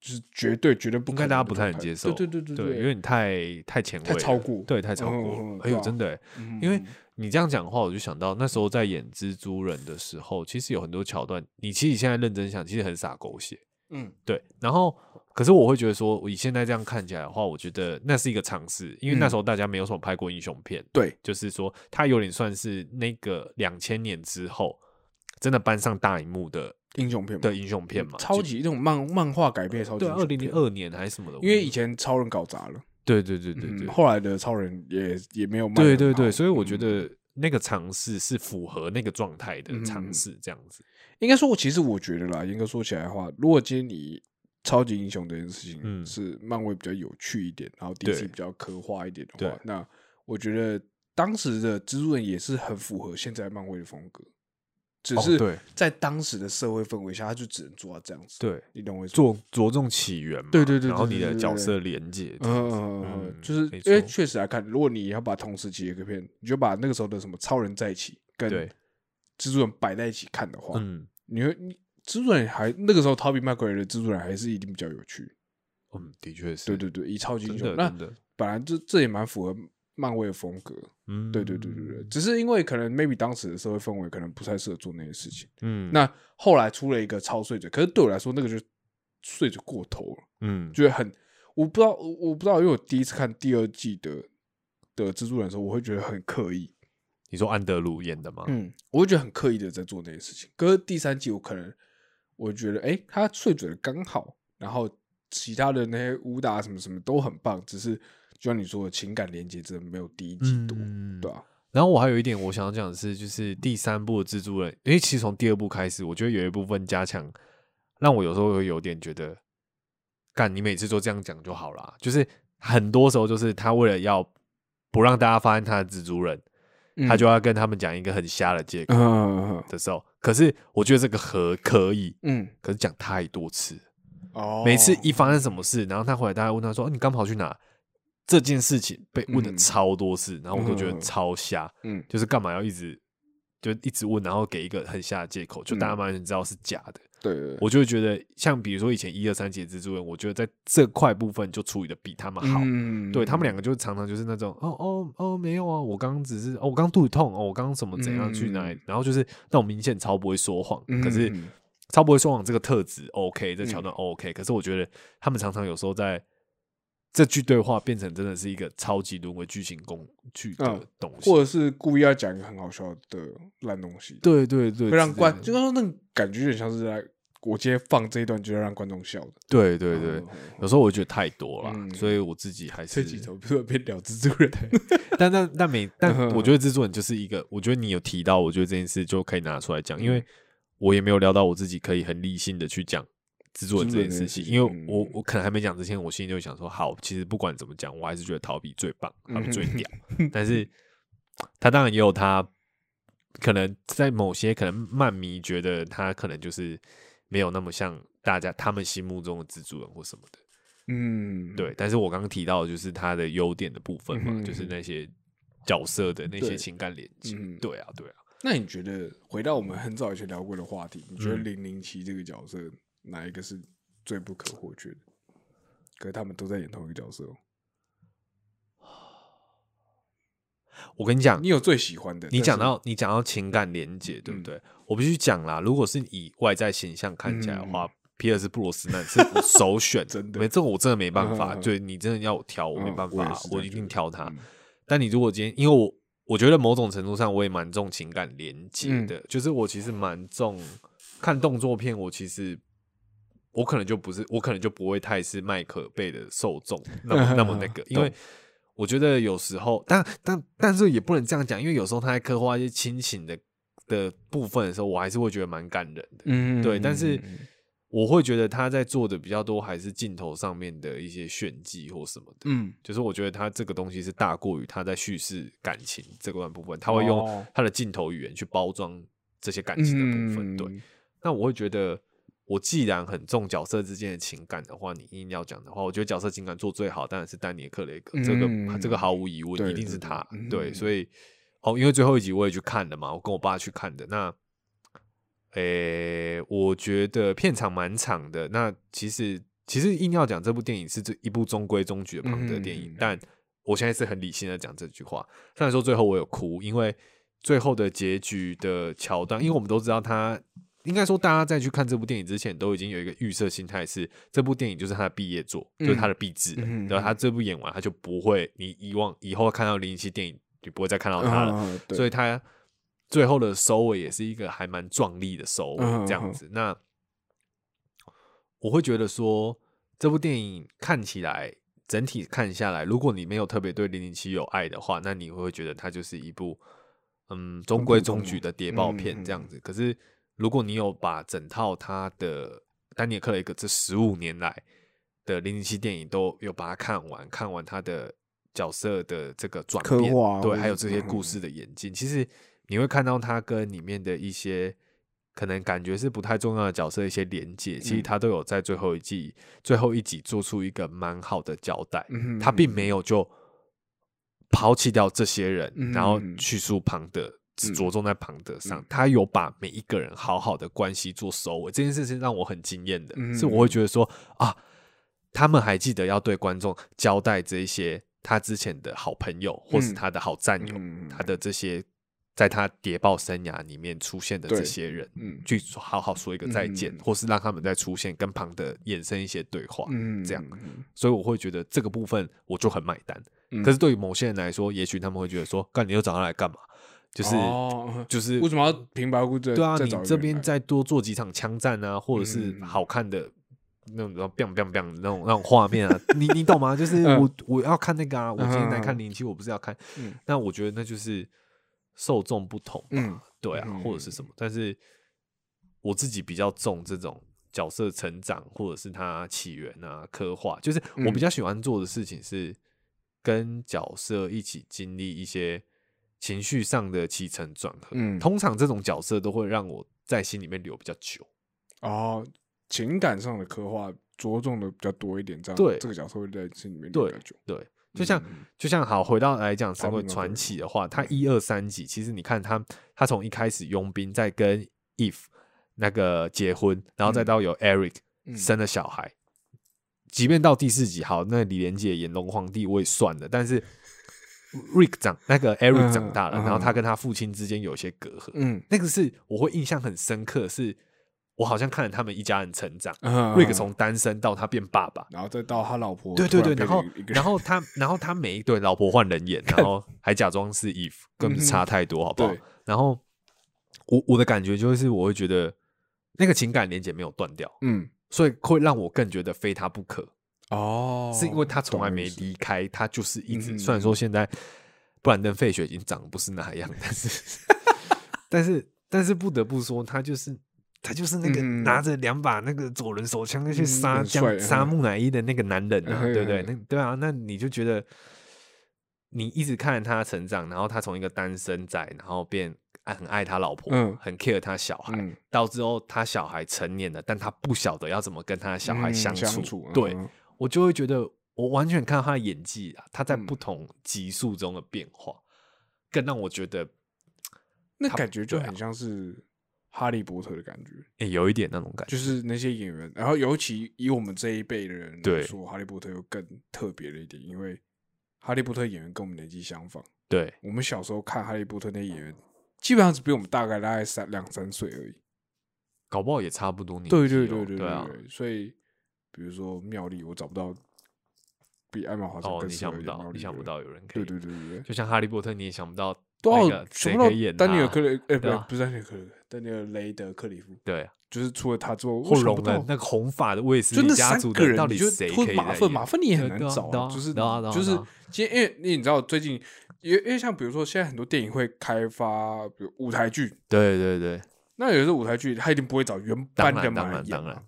A: 就是绝对绝对不
B: 应
A: 可
B: 该
A: 能，
B: 大家不太能接受，
A: 对对对
B: 对，
A: 对，
B: 因为你太太前卫
A: 太
B: 了，
A: 超过
B: 对，太超
A: 嗯
B: 过
A: 嗯嗯
B: 了。哎
A: 对
B: 呦，
A: 啊
B: 真的耶，
A: 嗯
B: 因为你这样讲的话，我就想到那时候在演蜘蛛人的时候，其实有很多桥段，你其实现在认真想，其实很傻狗血，
A: 嗯
B: 对，然后可是我会觉得说，我以现在这样看起来的话，我觉得那是一个尝试，因为那时候大家没有什么拍过英雄片，
A: 嗯对
B: 就是说它有点算是那个两千年之后真的搬上大荧幕的
A: 英雄片嘛嗯
B: 的英雄片嘛，
A: 超
B: 就
A: 级那种漫漫画改编的超级
B: 对
A: 英
B: 啊，
A: 雄
B: 二
A: 片，
B: 零零二年还是什么的，
A: 因为以
B: 前
A: 前超人搞砸了，
B: 对对对对
A: 嗯，
B: 对
A: 后来的超人也也没有卖得
B: 对
A: 很好，
B: 对对，所以我
A: 嗯
B: 觉得那个尝试是符合那个状态的
A: 嗯
B: 尝试，这样子，
A: 应该说，我其实我觉得啦，严格说起来的话，如果今天你超级英雄这件事情，
B: 嗯
A: 是漫威比较有趣一点，然后
B: 对
A: DC 比较科幻一点的话
B: 对，
A: 那我觉得当时的蜘蛛人也是很符合现在漫威的风格，只
B: 哦
A: 是
B: 对
A: 在当时的社会氛围下，他就只能做到这样子。
B: 对，
A: 你懂我意思吗？
B: 着着重起源嘛，
A: 对对对对
B: 然后你
A: 对
B: 的
A: 对
B: 角
A: 对
B: 色连接，这样子
A: 嗯，嗯，
B: 嗯
A: 就是
B: 没
A: 因为
B: 错
A: 确实来啊看，如果你要把同时期的一个片，你就把那个时候的什么超人在一起跟
B: 对
A: 蜘蛛人摆在一起看的话，
B: 嗯
A: 你会你蜘蛛人还那个时候逃避麦奎尔的蜘蛛人还是一定比较有趣。
B: 嗯，的确是，
A: 对对对，以超级英
B: 真
A: 雄
B: 的
A: 那
B: 真的，
A: 本来这这也蛮符合漫威的风格。
B: 嗯，
A: 对对对对对，只是因为可能 maybe 当时的社会氛围可能不太适合做那些事情。
B: 嗯，
A: 那后来出了一个超碎嘴，可是对我来说那个就碎嘴过头了。
B: 嗯
A: 觉得很，我不知道，我我不知道，因为我第一次看第二季的的蜘蛛人的时候，我会觉得很刻意，
B: 你说安德鲁演的吗？
A: 嗯，我会觉得很刻意的在做那些事情。可是第三季，我可能我觉得，哎、他碎嘴的刚好，然后其他的那些武打什么什么都很棒，只是就像你说的，情感连接真的没有第一季多，
B: 嗯
A: 对啊，
B: 然后我还有一点我想要讲的是，就是第三部的蜘蛛人，因为其实从第二部开始，我觉得有一部分加强，让我有时候会有点觉得，干你每次都这样讲就好啦。就是很多时候就是他为了要不让大家发现他的蜘蛛人，他就要跟他们讲一个很瞎的借口
A: 嗯
B: 的时候，可是我觉得这个和可以，
A: 嗯
B: 可是讲太多次，
A: 哦，
B: 每次一发生什么事，然后他回来，大家问他说：“哦、你刚跑去哪？”这件事情被问的
A: 嗯
B: 超多次，然后我都觉
A: 嗯
B: 得超瞎，
A: 嗯
B: 就是干嘛要一直就一直问，然后给一个很瞎的借口，就大家
A: 嗯
B: 完全知道是假的。
A: 对对对，
B: 我就会觉得像比如说以前一二三节蜘蛛人，我觉得在这块部分就处理的比他们好。
A: 嗯
B: 对他们两个就常常就是那种哦哦哦没有啊，我刚刚只是哦我刚肚子痛哦我刚刚怎么怎样去哪里，
A: 嗯
B: 然后就是那种明显超不会说谎，可是
A: 嗯嗯嗯嗯
B: 超不会说谎这个特质 OK，这桥段 OK，、可是我觉得他们常常有时候在这句对话变成真的是一个超级沦为剧情工具的
A: 嗯
B: 东西，
A: 或者是故意要讲一个很好笑的烂东西，，
B: 对对对，
A: 会让
B: 之类
A: 观，
B: 的
A: 就是说那个感觉有点像是在我今天放这一段就是让观众笑的，
B: 对对对，
A: 嗯
B: 有时候我觉得太多了，
A: 嗯
B: 所以我自己还
A: 这
B: 是
A: 几头不是被聊蜘蛛人，
B: 但但但每但
A: 嗯
B: 我觉得制作人就是一个，我觉得你有提到，我觉得这件事就可以拿出来讲，因为我也没有聊到我自己可以很理性的去讲制作人这件事情，
A: 制
B: 因
A: 作人
B: 为
A: 这件事情
B: 我
A: 嗯
B: 我可能还没讲之前，我心里就想说，好，其实不管怎么讲，我还是觉得逃避最棒，逃避最屌，但是他当然也有他可能在某些可能漫迷觉得他可能就是没有那么像大家他们心目中的蜘蛛人或什么的。
A: 嗯，
B: 对，但是我刚刚提到的就是它的优点的部分嘛，
A: 嗯哼
B: 就是那些角色的那些
A: 对
B: 情感连接。
A: 嗯哼
B: 对啊，对啊，
A: 那你觉得回到我们很早以前聊过的话题，你觉得
B: 嗯
A: 零零七这个角色哪一个是最不可或缺的？可是他们都在演同一个角色、哦，
B: 我跟你讲
A: 你，有最喜欢的？
B: 你
A: 但
B: 讲
A: 是嗯
B: 到你讲到情感连接，对不对？我必须讲啦，如果是以外在形象看起来的话，皮尔斯布鲁斯曼是我
A: [LAUGHS]
B: 首选，
A: 嗯真的
B: 没这个我真的没办法。
A: 嗯嗯嗯
B: 对你真的要我挑，我没
A: 嗯
B: 办
A: 我也
B: 法
A: 是，这
B: 我
A: 样
B: 一
A: 觉
B: 定
A: 得
B: 挑他
A: 嗯。
B: 但你如果今天，因为我我觉得某种程度上我也蛮重情感连接
A: 嗯
B: 的，就是我其实蛮重看动作片，我其实我可能就不是，我可能就不会太是麦克贝的受众那么那么那个，因为我觉得有时候，但但但是也不能这样讲，因为有时候他在刻画一些亲情的的部分的时候，我还是会觉得蛮感人的。
A: 嗯
B: 对，但是
A: 嗯
B: 我会觉得他在做的比较多，还是镜头上面的一些炫技或什么的。
A: 嗯
B: 就是我觉得他这个东西是大过于他在叙事感情这段部分，他会用
A: 哦
B: 他的镜头语言去包装这些感情的部分。
A: 嗯
B: 对，，那我会觉得，我既然很重角色之间的情感的话，你硬要讲的话，我觉得角色情感做最好当然是丹尼尔·克雷格，这个
A: 嗯
B: 这个毫无疑问，
A: 对
B: 一定是他。
A: 对对
B: 对，
A: 嗯
B: 所以哦，因为最后一集我也去看了嘛，我跟我爸去看的。那，诶、我觉得片长蛮长的。那其实其实硬要讲这部电影是这一部中规中矩的庞德电影，
A: 嗯
B: 但我现在是很理性的讲这句话。虽然说最后我有哭，因为最后的结局的桥段，因为我们都知道他，应该说大家在去看这部电影之前，都已经有一个预设心态是，这部电影就是他的毕业作，就是他的毕制了，
A: 嗯
B: 然后他这部演完，他就不会，你以往以后看到零零七电影，就不会再看到他了，
A: 嗯对
B: 所以他最后的收尾也是一个还蛮壮丽的收尾，
A: 嗯
B: 这样子。那我会觉得说，这部电影看起来整体看下来，如果你没有特别对零零七有爱的话，那你会觉得它就是一部嗯中规中矩的谍报片
A: 嗯
B: 这样子。可是如果你有把整套它的丹尼尔·克雷格这十五年来的零零七电影都有把它看完，看完他的角色的这个转
A: 刻
B: 变，
A: 画或
B: 对，
A: 者
B: 还有这
A: 是
B: 些
A: 嗯
B: 故事的演进，其实你会看到他跟里面的一些可能感觉是不太重要的角色的一些连接，其实
A: 嗯
B: 他都有在最后一季最后一集做出一个蛮好的交代，
A: 嗯哼
B: 他并没有就抛弃掉这些人，
A: 嗯
B: 然后叙述庞德，只
A: 嗯
B: 着重在庞德上，他有把每一个人好好的关系做收尾，这件事是让我很惊艳的，
A: 嗯
B: 是我会觉得说啊，他们还记得要对观众交代这一些他之前的好朋友或是
A: 嗯
B: 他的好战友，
A: 嗯
B: 他的这些在他谍报生涯里面出现的这
A: 对
B: 些人，
A: 嗯
B: 去好好说一个再见，
A: 嗯
B: 或是让他们再出现，跟庞德衍生一些对话，
A: 嗯
B: 这样，所以我会觉得这个部分我就很买单。
A: 嗯
B: 可是对于某些人来说，也许他们会觉得说，干你又找他来干嘛？就是、
A: 哦
B: 就是
A: 为什么要平白无故再
B: 对啊，
A: 再
B: 你
A: 找一个
B: 这
A: 人
B: 边
A: 来
B: 再多做几场枪战啊，或者是
A: 嗯
B: 好看的那种 biang biang biang 那种那种画面啊，你你懂吗？就是
A: 嗯
B: 我我要看那个啊，我今天来
A: 嗯
B: 看零七，我不是要看
A: 嗯，
B: 那我觉得那就是受众不同
A: 嗯
B: 嘛，对啊，
A: 嗯
B: 或者是什么，但是我自己比较重这种。角色成长，或者是他起源啊、刻画，就是我
A: 嗯
B: 比较喜欢做的事情是跟角色一起经历一些情绪上的起承转合。
A: 嗯
B: 通常这种角色都会让我在心里面留比较久。
A: 哦，情感上的刻画着重的比较多一点，这样
B: 对
A: 这个角色会在心里面留
B: 对
A: 比较久。嗯
B: 对，就像、就像好回到来讲《神
A: 好
B: 鬼
A: 明白
B: 传
A: 嗯
B: 奇》的话，他一二三集，其实你看他他从一开始佣兵在跟 If 那个结婚，然后再
A: 嗯
B: 到有 Eric
A: 嗯
B: 生了小孩，即便到第四集，好，那李连杰演龙皇帝我也算了，但是
A: [LAUGHS]
B: Rick 长那个 Eric 长大了，
A: 嗯嗯
B: 然后他跟他父亲之间有些隔阂，
A: 嗯
B: 那个是我会印象很深刻，是我好像看了他们一家人成长、
A: 嗯
B: r i c k 从单身到他变爸爸，
A: 然后再到他老婆
B: 对
A: 突
B: 对
A: 然
B: 对，
A: 变
B: 然
A: 成
B: 后
A: 一个人，
B: 然后他然后他每一对老婆换
A: [LAUGHS]
B: 人演，然后还假装是 Eve，根本
A: 嗯哼
B: 差太多，好不好
A: 对？
B: 然后我我的感觉就是，我会觉得那个情感连接没有断掉，
A: 嗯
B: 所以会让我更觉得非他不可，
A: 哦，
B: 是因为他从来没
A: 懂意思
B: 离开，他就是一
A: 嗯
B: 直。
A: 哼
B: 虽然说现在布兰登·费雪已经长得不是那样，但是
A: [LAUGHS]
B: 但是但是不得不说，他就是。他就是那个
A: 嗯哼
B: 拿着两把那个左轮手枪去
A: 嗯
B: 杀
A: 很
B: 江
A: 帅
B: 杀
A: 嗯
B: 木乃伊的那个男人啊，
A: 嗯
B: 对不对？
A: 嗯
B: 那对啊，那你就觉得你一直看着他成长，然后他从一个单身仔，然后变爱很爱他老婆，
A: 嗯
B: 很 care 他小孩，
A: 嗯
B: 到之后他小孩成年了，但他不晓得要怎么跟他的小孩
A: 嗯
B: 相处。
A: 相处
B: 对、
A: 嗯
B: 我就会觉得，我完全看到他的演技啊，他在
A: 嗯
B: 不同级数中的变化，更让我觉得、
A: 那
B: 他
A: 感觉就
B: 对啊
A: 很像是哈利波特的感觉，
B: 诶有一点那种感觉。
A: 就是那些演员，然后尤其以我们这一辈的人
B: 对
A: 来说，哈利波特又更特别了一点，因为哈利波特演员跟我们年纪相仿，
B: 对，
A: 我们小时候看哈利波特那些演员，基本上只比我们大概大概三两三岁而已。
B: 搞不好也差不多年纪哦。
A: 对对对
B: 对
A: 对
B: 啊，
A: 所以比如说妙丽，我找不到比艾玛华森
B: 哦，
A: 更
B: 你
A: 适
B: 想
A: 合
B: 不
A: 演妙丽
B: 到，你
A: 的
B: 想不
A: 人，
B: 到有人可以。
A: 对对对对对。
B: 就像哈利波特，你也想不到
A: 都
B: 那
A: 要
B: 个
A: 全
B: 谁
A: 部
B: 可
A: 都
B: 以演、啊、
A: 丹尼尔克雷，哎、
B: 对啊
A: 不不是丹尼尔克雷，丹尼尔雷德克里夫，
B: 对，
A: 就是除了他之后，
B: 或
A: 我想
B: 龙
A: 不
B: 人
A: 到
B: 那个红发的卫斯
A: 就
B: 理
A: 那
B: 家
A: 三
B: 族
A: 个
B: 的，
A: 人，
B: 到底
A: 你就
B: 谁
A: 或
B: 可以
A: 马
B: 来
A: 粪，
B: 演
A: 马粪你也很难
B: 对啊
A: 找
B: 对啊
A: 就是
B: 对啊对啊
A: 就是
B: 对啊，
A: 今天因为因为你知道最近，因为因为像比如说现在很多电影会开发，比如舞台剧，
B: 对对对，
A: 那有时候舞台剧他一定不会找原
B: 当
A: 班的
B: 然
A: 马
B: 当
A: 来
B: 然
A: 演啊
B: 当
A: 嘛
B: 然，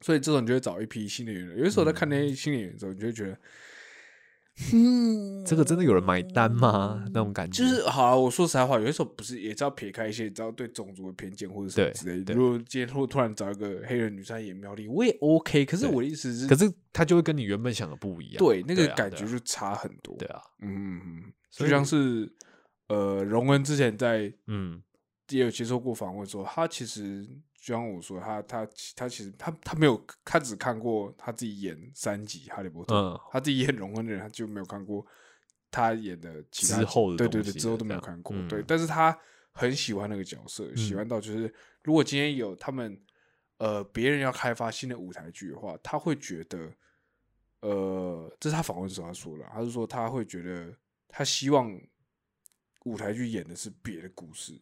A: 所以这种你就会找一批新的演员。有的时候在看那
B: 嗯
A: 些新的演员的时候，你就会
B: [LAUGHS]
A: 觉得， [LAUGHS] 嗯，
B: 这个真的有人买单吗？那种感觉
A: 就是好、啊，我说实在话，有些时候不是也是要撇开一些，你知道对种族的偏见或者什么
B: 对
A: 之类的。
B: 对
A: 如果今天如果突然找一个黑人女生来演苗栗，我也 OK。可是
B: 对
A: 我的意思是，
B: 可是他就会跟你原本想的不一样。
A: 对那
B: 对
A: 个
B: 啊
A: 感
B: 对
A: 觉
B: 啊
A: 就差很多。
B: 对啊，
A: 嗯嗯嗯，就
B: 所以
A: 像是呃，荣恩之前在
B: 嗯，
A: 也有接受过访问说，他其实就像我说，他他他其实他他没有，他只看过他自己演三集《哈利波特》
B: 嗯
A: 他自己演荣恩的人，他就没有看过他演的其他
B: 之
A: 集
B: 后的
A: 对对
B: 东
A: 对，
B: 西
A: 之
B: 了
A: 后都
B: 这
A: 没有
B: 样
A: 看过。
B: 嗯
A: 对，但是他很喜欢那个角色，喜
B: 嗯
A: 欢到就是，如果今天有他们呃别人要开发新的舞台剧的话，他会觉得，呃，这是他访问的时候他说了，他是说他会觉得他希望舞台剧演的是别的故事，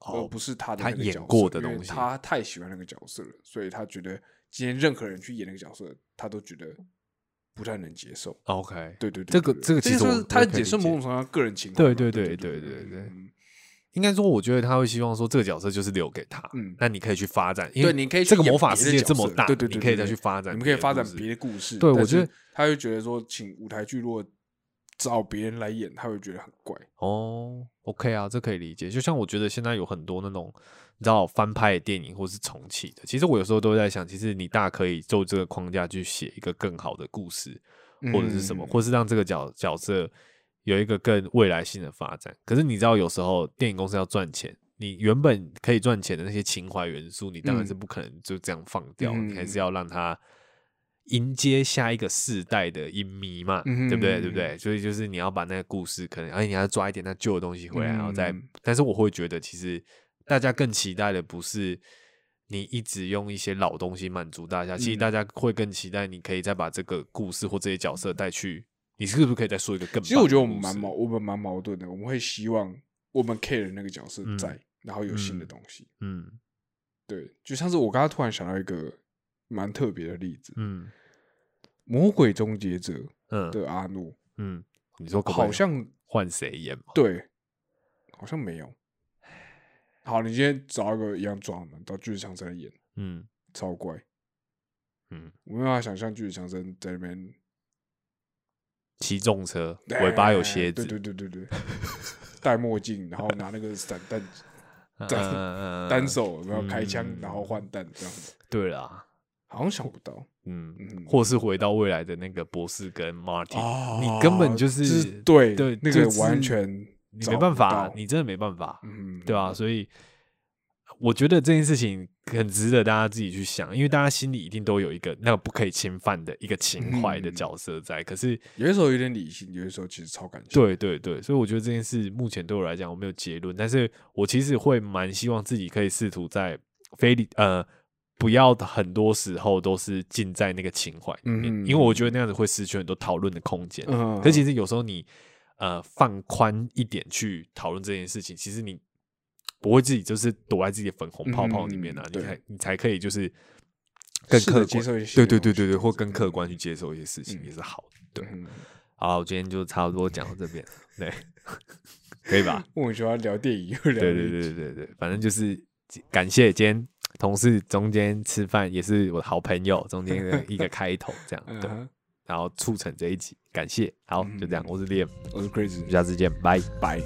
A: 而
B: 哦
A: 不是他的
B: 他
A: 那个
B: 演
A: 角色
B: 过的
A: 因为
B: 东西
A: 他太喜欢那个角色了，所以他觉得今天任何人去演那个角色，他都觉得不太能接受。
B: 哦，OK，
A: 对对对
B: 这个这个其
A: 就
B: 实我
A: 是他
B: 我可以
A: 也是
B: 理
A: 某种程
B: 解
A: 度上个人情况
B: 对
A: 嘛。
B: 对
A: 对
B: 对
A: 对
B: 对对
A: 对
B: 对
A: 嗯
B: 应该说，我觉得他会希望说这个角色就是留给他，
A: 嗯
B: 那你可以去发展，因为
A: 对，你可以去
B: 这个
A: 演
B: 魔法
A: 别
B: 世
A: 的
B: 界
A: 角
B: 这么
A: 色
B: 大，
A: 对对对，
B: 你可以再
A: 对
B: 去发展，
A: 你们可以发展
B: 别
A: 别
B: 的
A: 的故事。
B: 对我
A: 但是
B: 觉得
A: 他会觉得说，请舞台剧如果找别人来演，他会觉得很怪。
B: 故事哦。OK 啊，这可以理解。就像我觉得现在有很多那种你知道翻拍的电影或是重启的，其实我有时候都在想，其实你大可以就这个框架去写一个更好的故事，或者是什么，
A: 嗯
B: 或是让这个角角色有一个更未来性的发展。可是你知道，有时候电影公司要赚钱，你原本可以赚钱的那些情怀元素，你当然是
A: 嗯
B: 不可能就这样放掉，你还
A: 嗯
B: 是要让它迎接下一个世代的影迷嘛，
A: 嗯
B: 对不对？对不对？所以就是你要把那个故事，可能哎，你要抓一点那旧的东西回来，然后再
A: 嗯。
B: 但是我会觉得，其实大家更期待的不是。你一直用一些老东西满足大家，其实
A: 嗯
B: 大家会更期待你可以再把这个故事或这些角色带去，你是不是可以再说一个更棒的故事？
A: 其实我觉得我们蛮矛，我们蛮矛盾的。我们会希望我们 care 的那个角色
B: 嗯
A: 在，然后有新的
B: 嗯
A: 东西。
B: 嗯
A: 对，就像是我刚刚突然想到一个蛮特别的例子，
B: 嗯
A: 魔鬼终结者》
B: 嗯
A: 的阿诺
B: 嗯，你说可不可以
A: 好像
B: 换谁演嘛？
A: 对，好像没有。好，你今天找一个一样装的到巨石强森来演，
B: 嗯
A: 超怪。
B: 嗯，
A: 我没办法想象巨石强森在那边
B: 骑重车，尾巴有
A: 哎
B: 鞋子，
A: 对对对对 [LAUGHS] 对，戴墨镜，然后拿那个散弹，
B: 嗯
A: 对
B: 嗯 [LAUGHS] 嗯嗯
A: [LAUGHS] 单手然后开枪，
B: 嗯
A: 然后换弹这样子，
B: 对啦，
A: 好像想不到。
B: 嗯，
A: 嗯
B: 或是回到未来的那个博士跟 Marty，、
A: 哦
B: 你根本就
A: 就是对
B: 对
A: 那
B: 就
A: 个
B: 是
A: 完全
B: 你
A: 找
B: 没
A: 不
B: 办法
A: 到，
B: 你真的没办法，
A: 嗯
B: 对啊，所以我觉得这件事情很值得大家自己去想，因为大家心里一定都有一个那个不可以侵犯的一个情怀的
A: 嗯
B: 角色在。可是，
A: 有的时候有点理性，有的时候其实超感性。
B: 对对对，所以我觉得这件事目前对我来讲我没有结论，但是我其实会蛮希望自己可以试图在非理呃不要很多时候都是浸在那个情怀里面，
A: 嗯
B: 因为我觉得那样子会失去很多讨论的空间。
A: 嗯，
B: 可其实有时候你呃放宽一点去讨论这件事情，其实你不会自己就是躲在自己的粉红泡泡里面啊，
A: 嗯
B: 你
A: 对
B: 才你才可以就是更
A: 试着
B: 客观
A: 接受一些
B: 对
A: 东
B: 对对
A: 西
B: 对对，或
A: 这样
B: 更
A: 子
B: 客观去接受一些事情、
A: 嗯
B: 也是好的。对，
A: 嗯
B: 好，我今天就差不多讲到
A: [LAUGHS]
B: 这边，对，可以吧？
A: 莫名其妙聊电影又聊
B: 对
A: 了
B: 对
A: 一
B: 对对对，反正就是感谢今天同事中间吃饭也是我的好朋友中间的
A: [LAUGHS]
B: 一个开头，这样
A: 嗯
B: 对，
A: 哼，嗯
B: 然后促成这一集，感谢，好，就这样，我是 Liam，
A: 我是 Crazy，
B: 下次见，拜。
A: 拜。